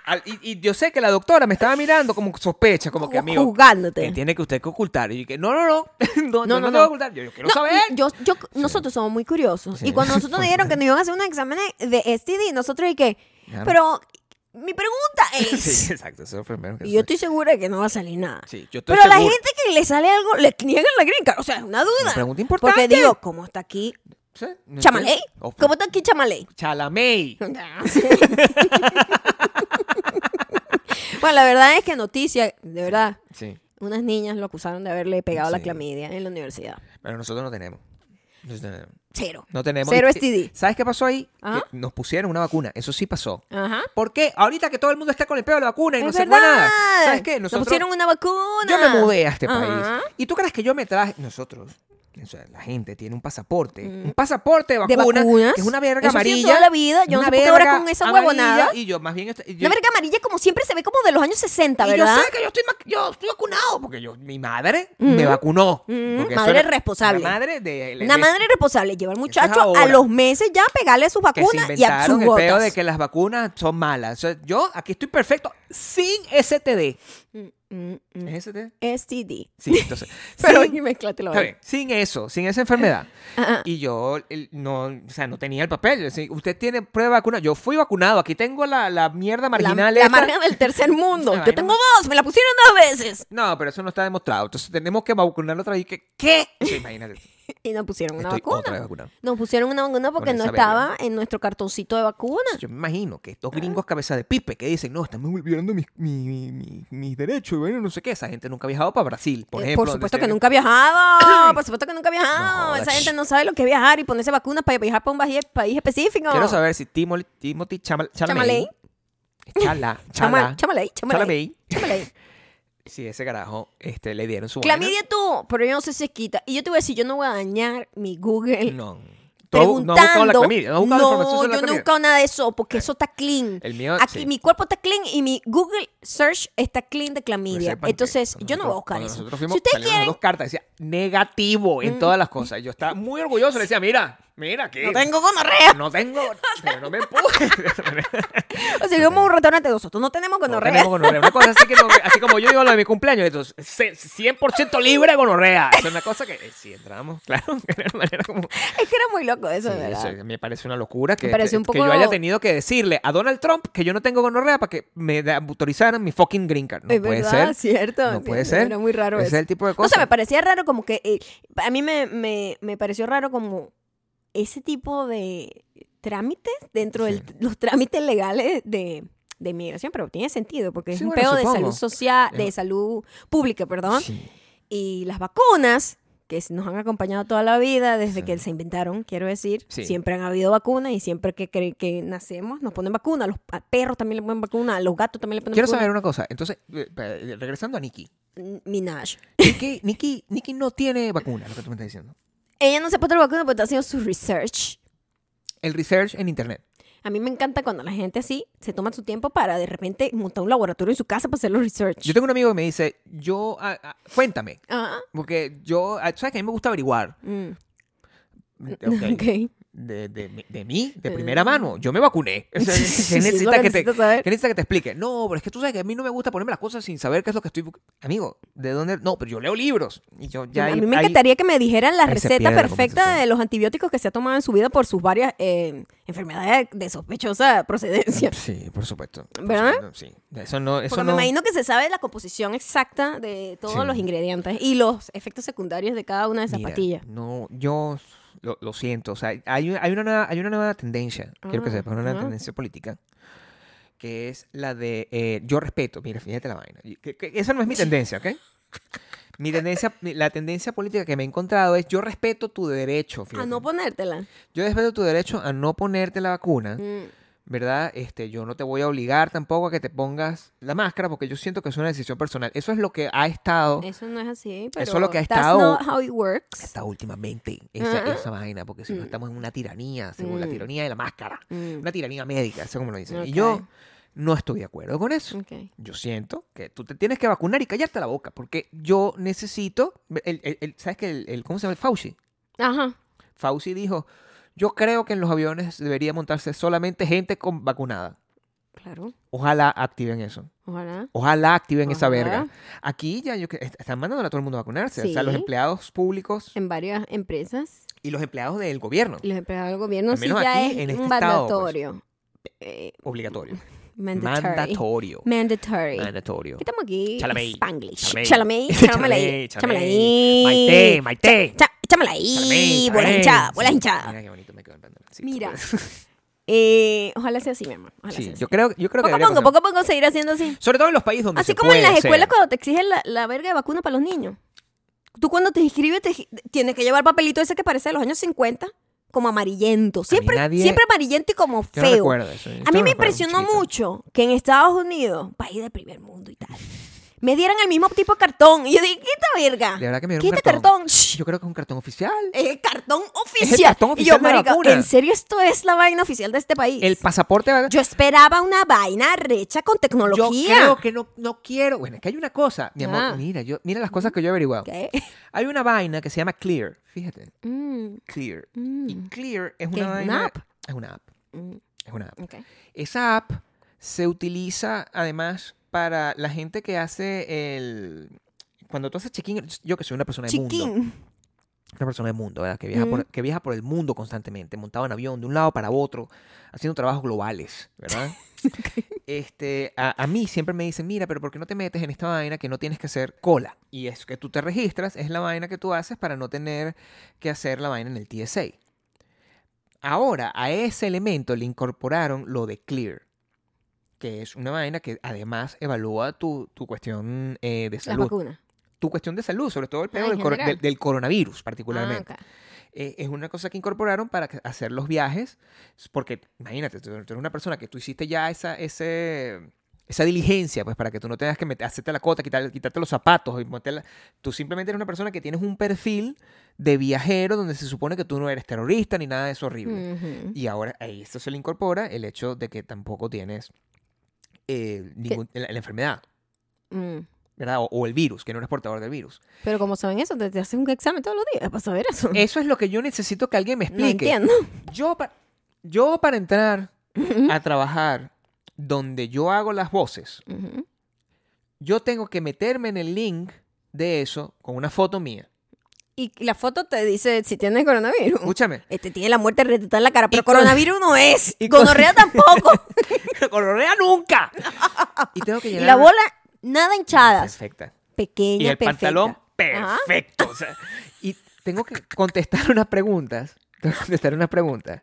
B: Al- Y, y yo sé que la doctora me estaba mirando como sospecha, como que amigo.
A: juzgándote.
B: que tiene que usted que ocultar. Y que no, no, no, no,
A: no,
B: no, no,
A: no.
B: tengo que ocultar. Yo, yo quiero
A: No,
B: saber.
A: y Yo, yo- nosotros somos muy curiosos. Y
B: Sí.
A: cuando nosotros nos dijeron que nos iban a hacer un examen de STD, nosotros y que,
B: Claro.
A: pero mi pregunta es,
B: Sí, exacto, eso es lo primero que
A: y yo
B: sé.
A: estoy segura de que no va a salir nada.
B: Sí, yo estoy
A: pero a la
B: seguro.
A: gente que le sale algo, le niegan la green card. O sea, es una duda.
B: Una pregunta importante.
A: Porque digo, ¿cómo está aquí
B: Sí, no
A: Chamaley?
B: entiendo. Oh,
A: ¿Cómo está aquí Chamaley?
B: Chalamey.
A: bueno, la verdad es que noticia, de verdad,
B: Sí,
A: unas niñas lo acusaron de haberle pegado la
B: Sí.
A: clamidia en la universidad.
B: pero nosotros no tenemos. Nosotros no tenemos.
A: Cero.
B: No tenemos.
A: Cero
B: Y-
A: STD.
B: ¿Sabes qué pasó ahí? Que
A: Ajá.
B: nos pusieron una vacuna. Eso sí pasó.
A: Ajá.
B: ¿Por qué? Ahorita que todo el mundo está con el peo de la vacuna y no
A: Ah. es
B: se
A: verdad.
B: nada. ¿Sabes qué?
A: Nos
B: Nosotros,
A: pusieron una vacuna.
B: Yo me mudé a este
A: Ajá.
B: país. ¿Y tú crees que yo me traje? Nosotros. o sea, la gente tiene un pasaporte. Un pasaporte de
A: Mm. De
B: vacuna.
A: vacunas.
B: que es una verga
A: Eso sí,
B: amarilla.
A: toda la vida. Yo no
B: una
A: sé por qué ahora
B: verga
A: con esa
B: amarilla,
A: huevonada.
B: Y yo más bien. estoy- y yo-
A: La verga amarilla como siempre se ve como de los años 60,
B: Y yo
A: ¿verdad?
B: sé que yo estoy, ma- yo estoy vacunado porque yo, mi madre me vacunó.
A: Mm,
B: Porque eso
A: madre
B: era-
A: responsable.
B: La madre de.
A: Una
B: de-
A: madre responsable lleva al muchacho a
B: ahora.
A: los meses ya a pegarle sus
B: que se
A: vacunas y a sus
B: inventaron el peo
A: gotas.
B: de que las vacunas son malas. O sea, yo aquí estoy perfecto sin STD.
A: Mm, mm.
B: ¿Es STD?
A: STD.
B: Sí, entonces.
A: Pero
B: pero
A: y mezclate la
B: está
A: vaina.
B: bien, sin eso, sin esa enfermedad.
A: Ajá.
B: Y yo el- no, o sea, no tenía el papel. Yo decía, Usted tiene prueba de vacuna. Yo fui vacunado. Aquí tengo la, la mierda
A: La,
B: marginal.
A: la
B: esta.
A: margen del tercer mundo.
B: Esa
A: Yo
B: vaina.
A: tengo dos, me la pusieron dos veces.
B: No, pero eso no está demostrado. Entonces tenemos que vacunar otra vez. ¿Qué? ¿Qué? Sí, imagínate.
A: y nos pusieron una
B: Estoy
A: vacuna.
B: otra vez vacunado.
A: Nos pusieron una vacuna porque
B: Con
A: no
B: esa verga.
A: estaba en nuestro cartoncito de vacuna.
B: Yo me imagino que estos gringos cabeza de pipe que dicen, no, estamos violando mis, mi- mi- mi- mis derechos, y bueno, no sé qué. Esa gente nunca ha viajado para Brasil, por
A: Eh,
B: ejemplo. donde
A: supuesto
B: se-
A: que nunca ha viajado. por supuesto que nunca ha viajado.
B: jodas,
A: Esa gente
B: shh.
A: no sabe lo que es viajar y ponerse vacunas para viajar para un baje- país específico.
B: Quiero saber si Timol- Timothy Chamal- Chalamet... Chala,
A: Chama- Chamaley,
B: Chala,
A: chamaley,
B: Chalamet,
A: chamaley.
B: si ese carajo este, le dieron su vaina.
A: Clamidia tú, pero yo no sé si es quita. Y yo te voy a decir, yo no voy a dañar mi Google.
B: No. Todo-
A: Preguntando,
B: No ha buscado la clamidia, no ha buscado
A: No,
B: información sobre la
A: yo no he
B: clamidia.
A: buscado nada de eso, porque eso está clean.
B: El mío,
A: Aquí
B: Ah, sí.
A: mi cuerpo está clean y mi Google search está clean de clamidia.
B: sepan Pues que
A: Entonces,
B: cuando
A: yo no voy a
B: nosotros-
A: buscar
B: cuando
A: eso.
B: Nosotros
A: Si
B: fuimos,
A: ustedes
B: salieron las
A: quieren,
B: dos cartas, decía negativo en todas las cosas. Yo estaba muy orgulloso, le decía, mira, mira, que
A: no tengo gonorrea.
B: No tengo, pero no me empujes.
A: O sea, íbamos a un restaurante nosotros, no tenemos gonorrea.
B: tenemos gonorrea. Una cosa así, que no- así como yo digo lo de mi cumpleaños, entonces, ce- 100% libre de gonorrea. Es una cosa que eh, sí entramos, claro, de una manera como...
A: Es que era muy loco eso,
B: Sí,
A: de ¿verdad?
B: eso me parece una locura que,
A: Me parece
B: que-
A: un
B: que
A: poco-
B: yo haya tenido que decirle a Donald Trump que yo no tengo gonorrea para que me da- autorizaran mi fucking green card. No
A: es
B: puede
A: verdad,
B: ser.
A: cierto.
B: No puede
A: sí,
B: ser.
A: Era muy raro
B: Ese
A: eso.
B: es el tipo de
A: O
B: cosas.
A: sea, me parecía raro como que... eh, a mí me, me, me pareció raro como ese tipo de trámites dentro
B: Sí.
A: de los trámites legales de, de inmigración, pero tiene sentido porque es
B: Sí,
A: un
B: bueno,
A: pedo de
B: supongo.
A: salud social, de
B: Eh,
A: salud pública, perdón,
B: Sí.
A: y las vacunas que nos han acompañado toda la vida desde
B: Sí.
A: que se inventaron, quiero decir,
B: Sí.
A: siempre han habido vacunas y siempre que, cre- que nacemos nos ponen vacunas, a los a perros también le ponen vacunas, a los gatos también le ponen
B: Quiero
A: vacuna.
B: saber una cosa. Entonces, eh, eh, regresando a Nikki.
A: Minaj.
B: Nikki, Nikki, Nikki no tiene vacuna, lo que tú me estás diciendo.
A: Ella no se ha puesto la vacuna porque está haciendo su research.
B: El research en internet.
A: A mí me encanta cuando la gente así se toma su tiempo para de repente montar un laboratorio en su casa para hacer los research.
B: Yo tengo un amigo que me dice, yo, ah, ah, cuéntame,
A: Ah,
B: porque yo, ah, sabes que a mí me gusta averiguar
A: mm,
B: Ok.
A: ok.
B: de, de- de mí, de
A: Eh.
B: primera mano. Yo me vacuné. O sea, ¿qué
A: Sí, es lo
B: necesita
A: que
B: que te,
A: necesitas saber.
B: qué necesita que te explique? No, pero es que tú sabes que a mí no me gusta ponerme las cosas sin saber qué es lo que estoy... bu- Amigo, ¿de dónde? No, pero yo leo libros. Y yo ya...
A: a
B: ahí-
A: mí me
B: ahí-
A: encantaría que me dijeran la
B: ahí se
A: receta
B: pierde la
A: perfecta
B: conversación.
A: de los antibióticos que se ha tomado en su vida por sus varias eh, enfermedades de sospechosa procedencia.
B: Sí, por supuesto. Por
A: ¿Verdad?
B: supuesto, Sí. Eso no... Eso
A: Porque
B: no...
A: me imagino que se sabe la composición exacta de todos
B: Sí.
A: los ingredientes y los efectos secundarios de cada una de esas
B: Mira,
A: pastillas.
B: No, yo lo, lo siento. O sea, hay, un- hay una, nueva- hay una nueva tendencia, quiero que
A: Ah,
B: sepas, una nueva
A: ah.
B: tendencia política, que es la de eh, yo respeto. Mira, fíjate la vaina. Y que- que esa no es mi tendencia, ¿ok? Mi tendencia, mi- la tendencia política que me he encontrado es yo respeto tu derecho,
A: A
B: fíjate.
A: no ponértela.
B: Yo respeto tu derecho a no ponerte la vacuna,
A: Mm.
B: ¿verdad? Este, yo no te voy a obligar tampoco a que te pongas la máscara porque yo siento que es una decisión personal. Eso es lo que ha estado
A: Eso no es así, pero
B: Oh. Eso es lo que ha
A: that's
B: estado-
A: not how it works.
B: hasta últimamente esa,
A: Ah.
B: esa vaina, porque si no
A: Mm.
B: estamos en una tiranía, según la
A: Mm.
B: tiranía de la máscara,
A: Mm,
B: una tiranía médica, eso como lo dicen. Y
A: Ok.
B: yo no estoy de acuerdo con eso.
A: Mm, ok.
B: Yo siento que tú te tienes que vacunar y callarte la boca, porque yo necesito, el, el- el- ¿sabes qué? El, el- ¿Cómo se llama? El Fauci.
A: Ajá.
B: Fauci dijo, yo creo que en los aviones debería montarse solamente gente con vacunada.
A: Claro.
B: Ojalá activen eso.
A: Ojalá.
B: Ojalá activen esa
A: Ojalá.
B: verga. Aquí ya yo, que- están mandando a todo el mundo a vacunarse. O sea, los
A: Sí.
B: empleados públicos
A: En varias empresas,
B: y los empleados del gobierno.
A: los empleados del gobierno
B: Al
A: sí
B: menos
A: ya
B: aquí,
A: es
B: en este
A: un
B: estado, pues.
A: mandatorio. Eh,
B: Obligatorio.
A: mandatory.
B: Mandatorio.
A: Mandatory.
B: Mandatorio.
A: ¿Qué estamos aquí?
B: Chalamey.
A: Spanglish.
B: Chalamey.
A: Chalamey. Chalamey.
B: Chalamey,
A: Chalamey.
B: Maite, Maite.
A: Cha- Chámala ahí.
B: Chalamey,
A: Bolas
B: chalamey.
A: hinchadas. Bolas
B: Sí,
A: hinchadas.
B: Mira qué bonito me quedó el pantaloncito.
A: Mira.
B: Sí,
A: Eh, ojalá sea así, mi amor. Ojalá sea así.
B: yo creo, yo creo
A: poco a
B: que debería
A: poco,
B: pasar.
A: poco a poco seguir haciendo así.
B: Sobre todo en los países donde
A: Así
B: se
A: como en
B: puede
A: las escuelas
B: hacer.
A: cuando te exigen la, la verga de vacuna para los niños. Tú cuando te inscribes te- tienes que llevar papelito ese que parece de los años 50 como amarillento. Siempre,
B: nadie-
A: siempre amarillento y como
B: Yo no
A: feo.
B: recuerdo eso,
A: a
B: yo no
A: mí me
B: recuerdo,
A: impresionó
B: chiquito.
A: mucho que en Estados Unidos, país del primer mundo y tal, me dieran el mismo tipo de cartón. Y yo dije, quita verga.
B: De verdad que me dieron
A: quita
B: un cartón.
A: cartón. Shh.
B: Yo creo que es un cartón oficial.
A: Es el cartón oficial.
B: cartón
A: y yo,
B: oficial de la
A: marica,
B: vacuna.
A: ¿en serio esto es la vaina oficial de este país?
B: El pasaporte va-
A: Yo esperaba una vaina recha con
B: Yo
A: tecnología.
B: creo que no, no quiero. Bueno, es que hay una cosa, mi amor.
A: Ah.
B: Mira, yo, mira las cosas que yo he averiguado.
A: ¿Qué?
B: Hay una vaina que se llama Clear. Fíjate.
A: Mm,
B: Clear.
A: mm,
B: Y Clear es
A: ¿Qué
B: una
A: es, una
B: vaina.
A: app?
B: Es una app.
A: mm,
B: Es una app.
A: ok.
B: Esa app se utiliza además para la gente que hace el. Cuando tú haces check-in, yo que soy una persona de mundo.
A: Chiquín.
B: Una persona del mundo, ¿verdad? Que viaja,
A: Mm.
B: por, que viaja por el mundo constantemente, montado en avión de un lado para otro, haciendo trabajos globales, ¿verdad? este, a, a mí siempre me dicen, mira, pero ¿por qué no te metes en esta vaina que no tienes que hacer cola? Y es que tú te registras, es la vaina que tú haces para no tener que hacer la vaina en el TSA. Ahora, a ese elemento le incorporaron lo de clear, que es una vaina que además evalúa tu, tu cuestión eh, de
A: Las
B: salud
A: vacunas.
B: tu cuestión de salud, sobre todo el pedo
A: Ah, en
B: del, coro-
A: general.
B: del- del coronavirus
A: Ah,
B: particularmente.
A: ok.
B: Eh, es una cosa que incorporaron para que- hacer los viajes, porque imagínate, tú, tú eres una persona que tú hiciste ya esa, ese, esa diligencia, pues para que tú no tengas que meter, hacerte la cota, quitar, quitarte los zapatos, y meterte la- tú simplemente eres una persona que tienes un perfil de viajero donde se supone que tú no eres terrorista ni nada de eso horrible.
A: Ujú.
B: Y ahora a esto se le incorpora el hecho de que tampoco tienes eh, ningún- la, la enfermedad,
A: Mm.
B: ¿verdad? O- o el virus, que no eres portador del virus.
A: Pero como saben eso, te, te haces un examen todos los días para saber eso.
B: Eso es lo que yo necesito que alguien me
A: Mm. no
B: Eh, explique.
A: entiendo.
B: yo, pa- yo para entrar a trabajar donde yo hago las voces,
A: Ujú.
B: yo tengo que meterme en el link de eso con una foto mía.
A: Y la foto te dice si tienes coronavirus.
B: Escúchame.
A: Este tiene la muerte retutada en la cara, pero
B: con-
A: coronavirus no es.
B: y con-
A: gonorrea tampoco.
B: ¡Colorea nunca! y tengo que
A: y
B: llegar
A: la
B: a-
A: bola, nada hinchada.
B: Perfecta.
A: Pequeña,
B: Y el
A: perfecta.
B: pantalón
A: Ajá.
B: perfecto. o sea, y tengo que contestar unas preguntas. Tengo que contestar unas preguntas.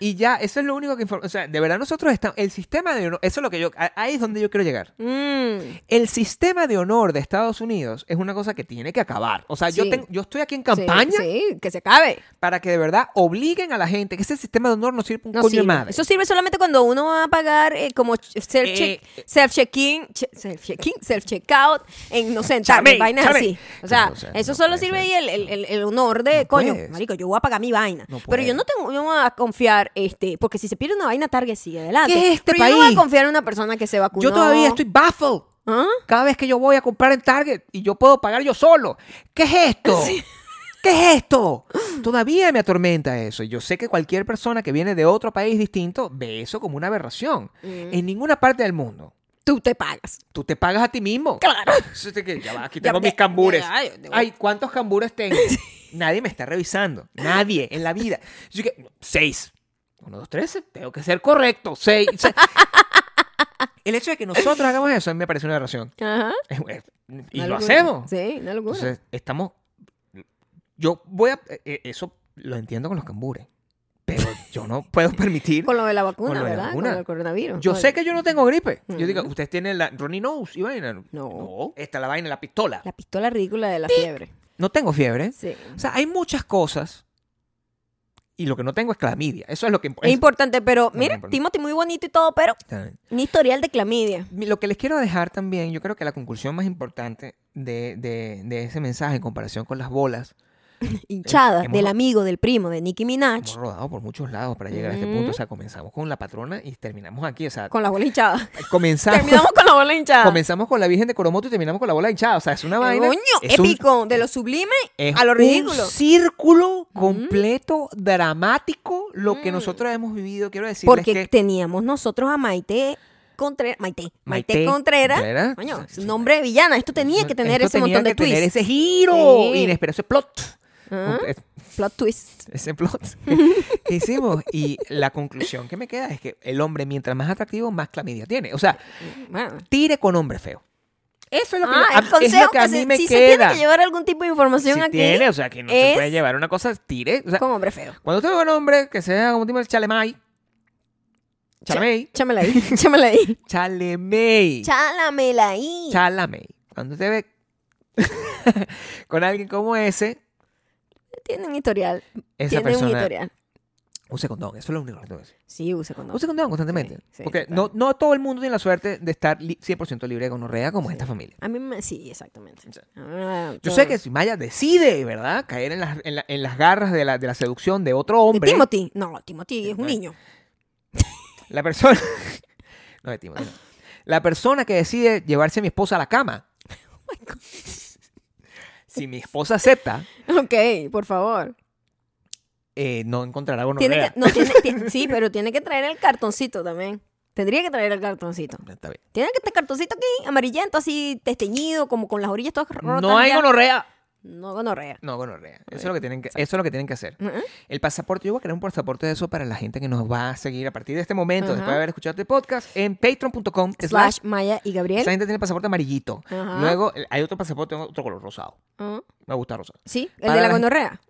B: Y ya, eso es lo único que informa. O sea, de verdad nosotros estamos... El sistema de... Eso es lo que yo... a- Ahí es donde yo quiero llegar.
A: Mm.
B: El sistema de honor de Estados Unidos es una cosa que tiene que acabar. O sea, yo,
A: Sí.
B: tengo- yo estoy aquí en campaña
A: Sí, sí, que se acabe.
B: para que de verdad obliguen a la gente que ese sistema de honor no sirve un
A: No
B: coño de
A: sirve.
B: madre.
A: Eso sirve solamente cuando uno va a pagar eh, como self-check,
B: Eh,
A: self-checking, che- self-checking, self-checkout, en no sentar,
B: Chame,
A: vainas
B: chame.
A: así. O sea,
B: No, o sea,
A: eso
B: no
A: solo
B: puede
A: sirve
B: ser.
A: ahí el, el- el- el honor de, coño,
B: puedes.
A: marico, yo voy a pagar mi vaina.
B: No
A: pero yo
B: puedes.
A: no tengo, yo no voy a confiar, este, porque si se pierde una vaina, targue sigue adelante.
B: ¿Qué es este
A: pero yo no voy
B: país?
A: a confiar en una persona que se vacunó.
B: yo todavía estoy baffled.
A: ¿Ah?
B: Cada vez que yo voy a comprar en Target y yo puedo pagar yo solo. ¿Qué es esto? ¿Qué es esto? Todavía me atormenta eso. Y Yo sé que cualquier persona que viene de otro país distinto ve eso como una aberración.
A: Mm.
B: En ninguna parte del mundo.
A: Tú te pagas.
B: Tú te pagas a ti mismo.
A: Claro.
B: Eso es de que, ya va, aquí
A: Ya,
B: tengo
A: ya,
B: mis cambures.
A: ya, yo tengo-
B: Ay, ¿cuántos cambures tengo? Nadie me está revisando. Nadie en la vida. Yo que, seis. Uno, dos, tres. Tengo que ser correcto. Seis. O sea, el hecho de que nosotros hagamos eso a mí me parece una aberración.
A: Ajá.
B: Es- es- Y
A: Una
B: lo
A: locura.
B: hacemos.
A: Sí, una locura.
B: Entonces, estamos. Yo voy a. eh, eh, Eso lo entiendo con los cambures. Pero yo no puedo permitir.
A: con lo de la vacuna,
B: con lo de la
A: ¿verdad?
B: vacuna.
A: Con el coronavirus.
B: Yo
A: Oye.
B: sé que yo no tengo gripe. Yo digo,
A: Ujú.
B: ustedes tienen la Ronnie Nose y vaina. No. Esta la vaina, la pistola.
A: La pistola ridícula de la fiebre.
B: No tengo fiebre.
A: Sí.
B: O sea, hay muchas cosas. Y lo que no tengo es clamidia. Eso es lo que imp-
A: Es importante, pero
B: No,
A: mira,
B: no, pero-
A: Timothy muy bonito y todo, pero mi historial de clamidia.
B: Mi- Lo que les quiero dejar también, yo creo que la conclusión más importante de, de- de ese mensaje en comparación con las bolas, Eh,
A: Hinchada
B: hemos-
A: del amigo, del primo, de Nicki
B: hemos
A: Minaj,
B: rodado por muchos lados para llegar a este
A: Ujú.
B: punto. O sea, comenzamos con la patrona y terminamos aquí. O sea,
A: con la bola hinchada.
B: comenzamos,
A: Terminamos con la bola hinchada.
B: comenzamos con la Virgen de Coromoto y terminamos con la bola hinchada. O sea, es una vaina.
A: Coño,
B: es un-
A: épico, de lo sublime
B: es
A: a lo ridículo.
B: Un círculo completo, dramático, lo que
A: Mm.
B: nosotros hemos vivido. Quiero decirles
A: Porque
B: que.
A: teníamos nosotros a Maite Contreras. Maite, Maite, Contreras.
B: Contreras.
A: Coño, es
B: Sí.
A: un nombre de villana. Esto tenía que tener
B: Esto
A: ese
B: tenía
A: montón de
B: que tener
A: twists.
B: ese giro
A: Sí.
B: inesperado, ese plot.
A: Ah,
B: Un-
A: Plot twist.
B: Ese plot que- que hicimos. Y la conclusión que me queda es que el hombre, mientras más atractivo, más clamidia tiene. O sea,
A: Bueno.
B: tire con hombre feo. Eso es lo que,
A: Ah,
B: a-
A: el consejo
B: es lo que, a
A: que
B: mí
A: se-
B: me
A: si se tiene
B: queda.
A: que llevar algún tipo de información
B: Si
A: aquí
B: tiene, o sea, que no se
A: es-
B: puede llevar una cosa, tire. O sea,
A: con hombre feo.
B: cuando usted ve a un hombre que sea como tipo el chalemay, chalemay,
A: Chámela ahí, chámela ahí.
B: chalemay,
A: Chálamela ahí.
B: chalamey. Cuando usted ve con alguien como ese,
A: Tiene un historial.
B: esa
A: tiene un
B: persona
A: historial.
B: use condón. Eso es lo único que tengo que decir.
A: Sí, usa condón.
B: Use condón constantemente.
A: Sí, sí,
B: porque
A: total.
B: no, no todo el mundo tiene la suerte de estar li- 100% libre de gonorrea como esta familia.
A: A mí me... Sí, exactamente.
B: Sí.
A: A mí me-
B: Yo
A: todo.
B: sé que si Maya decide, ¿verdad?, caer en las, en la- en las garras de la, de la seducción de otro hombre,
A: De Timothy. No, Timothy es un
B: bueno.
A: niño.
B: la persona. no, de Timothy, no. La persona que decide llevarse a mi esposa a la cama,
A: Oh
B: si mi esposa acepta,
A: ok, por favor.
B: eh, no encontrará gonorrea.
A: Tiene que- no, tiene- ti- sí, pero tiene que traer el cartoncito también. Tendría que traer el cartoncito.
B: Está bien.
A: Tiene que este cartoncito aquí, amarillento, así desteñido, como con las orillas todas rotas.
B: No hay
A: ya.
B: gonorrea.
A: No gonorrea.
B: No, gonorrea. Eso es lo que tienen que, eso es lo que tienen que hacer.
A: Ujú.
B: El pasaporte, yo voy a crear un pasaporte de eso para la gente que nos va a seguir a partir de este momento,
A: Ajá.
B: después de haber escuchado este podcast, en patreon.com slash.
A: Uh-huh. Slash Uh-huh. Maya y Gabriel.
B: Esa gente tiene el pasaporte amarillito.
A: Ajá.
B: Luego el- hay otro pasaporte, otro color rosado.
A: Ah,
B: Me gusta rosado.
A: Sí, el
B: Para
A: de la
B: la-
A: gonorrea.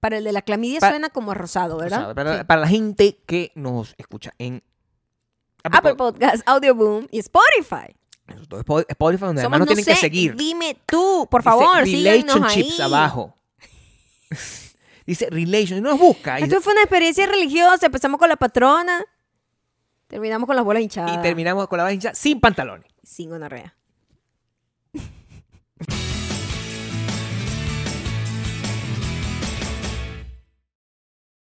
A: Para el de la clamidia
B: Pa-
A: suena como a rosado, ¿verdad?
B: Rosado. Para,
A: Sí.
B: para la gente que nos escucha en
A: Apple Podcast, Audio Boom y Spotify.
B: Esos dos Spot- Spotify, donde
A: Somos,
B: además nos tienen que
A: sé,
B: seguir.
A: Dime tú, por favor,
B: Dice
A: síganos ahí.
B: relationships abajo. Dice relations, no nos busca. Y,
A: Esto fue una experiencia religiosa. Empezamos con la patrona. Terminamos con las bolas hinchadas.
B: y terminamos con la vaina sin pantalones.
A: Sin gonorrea.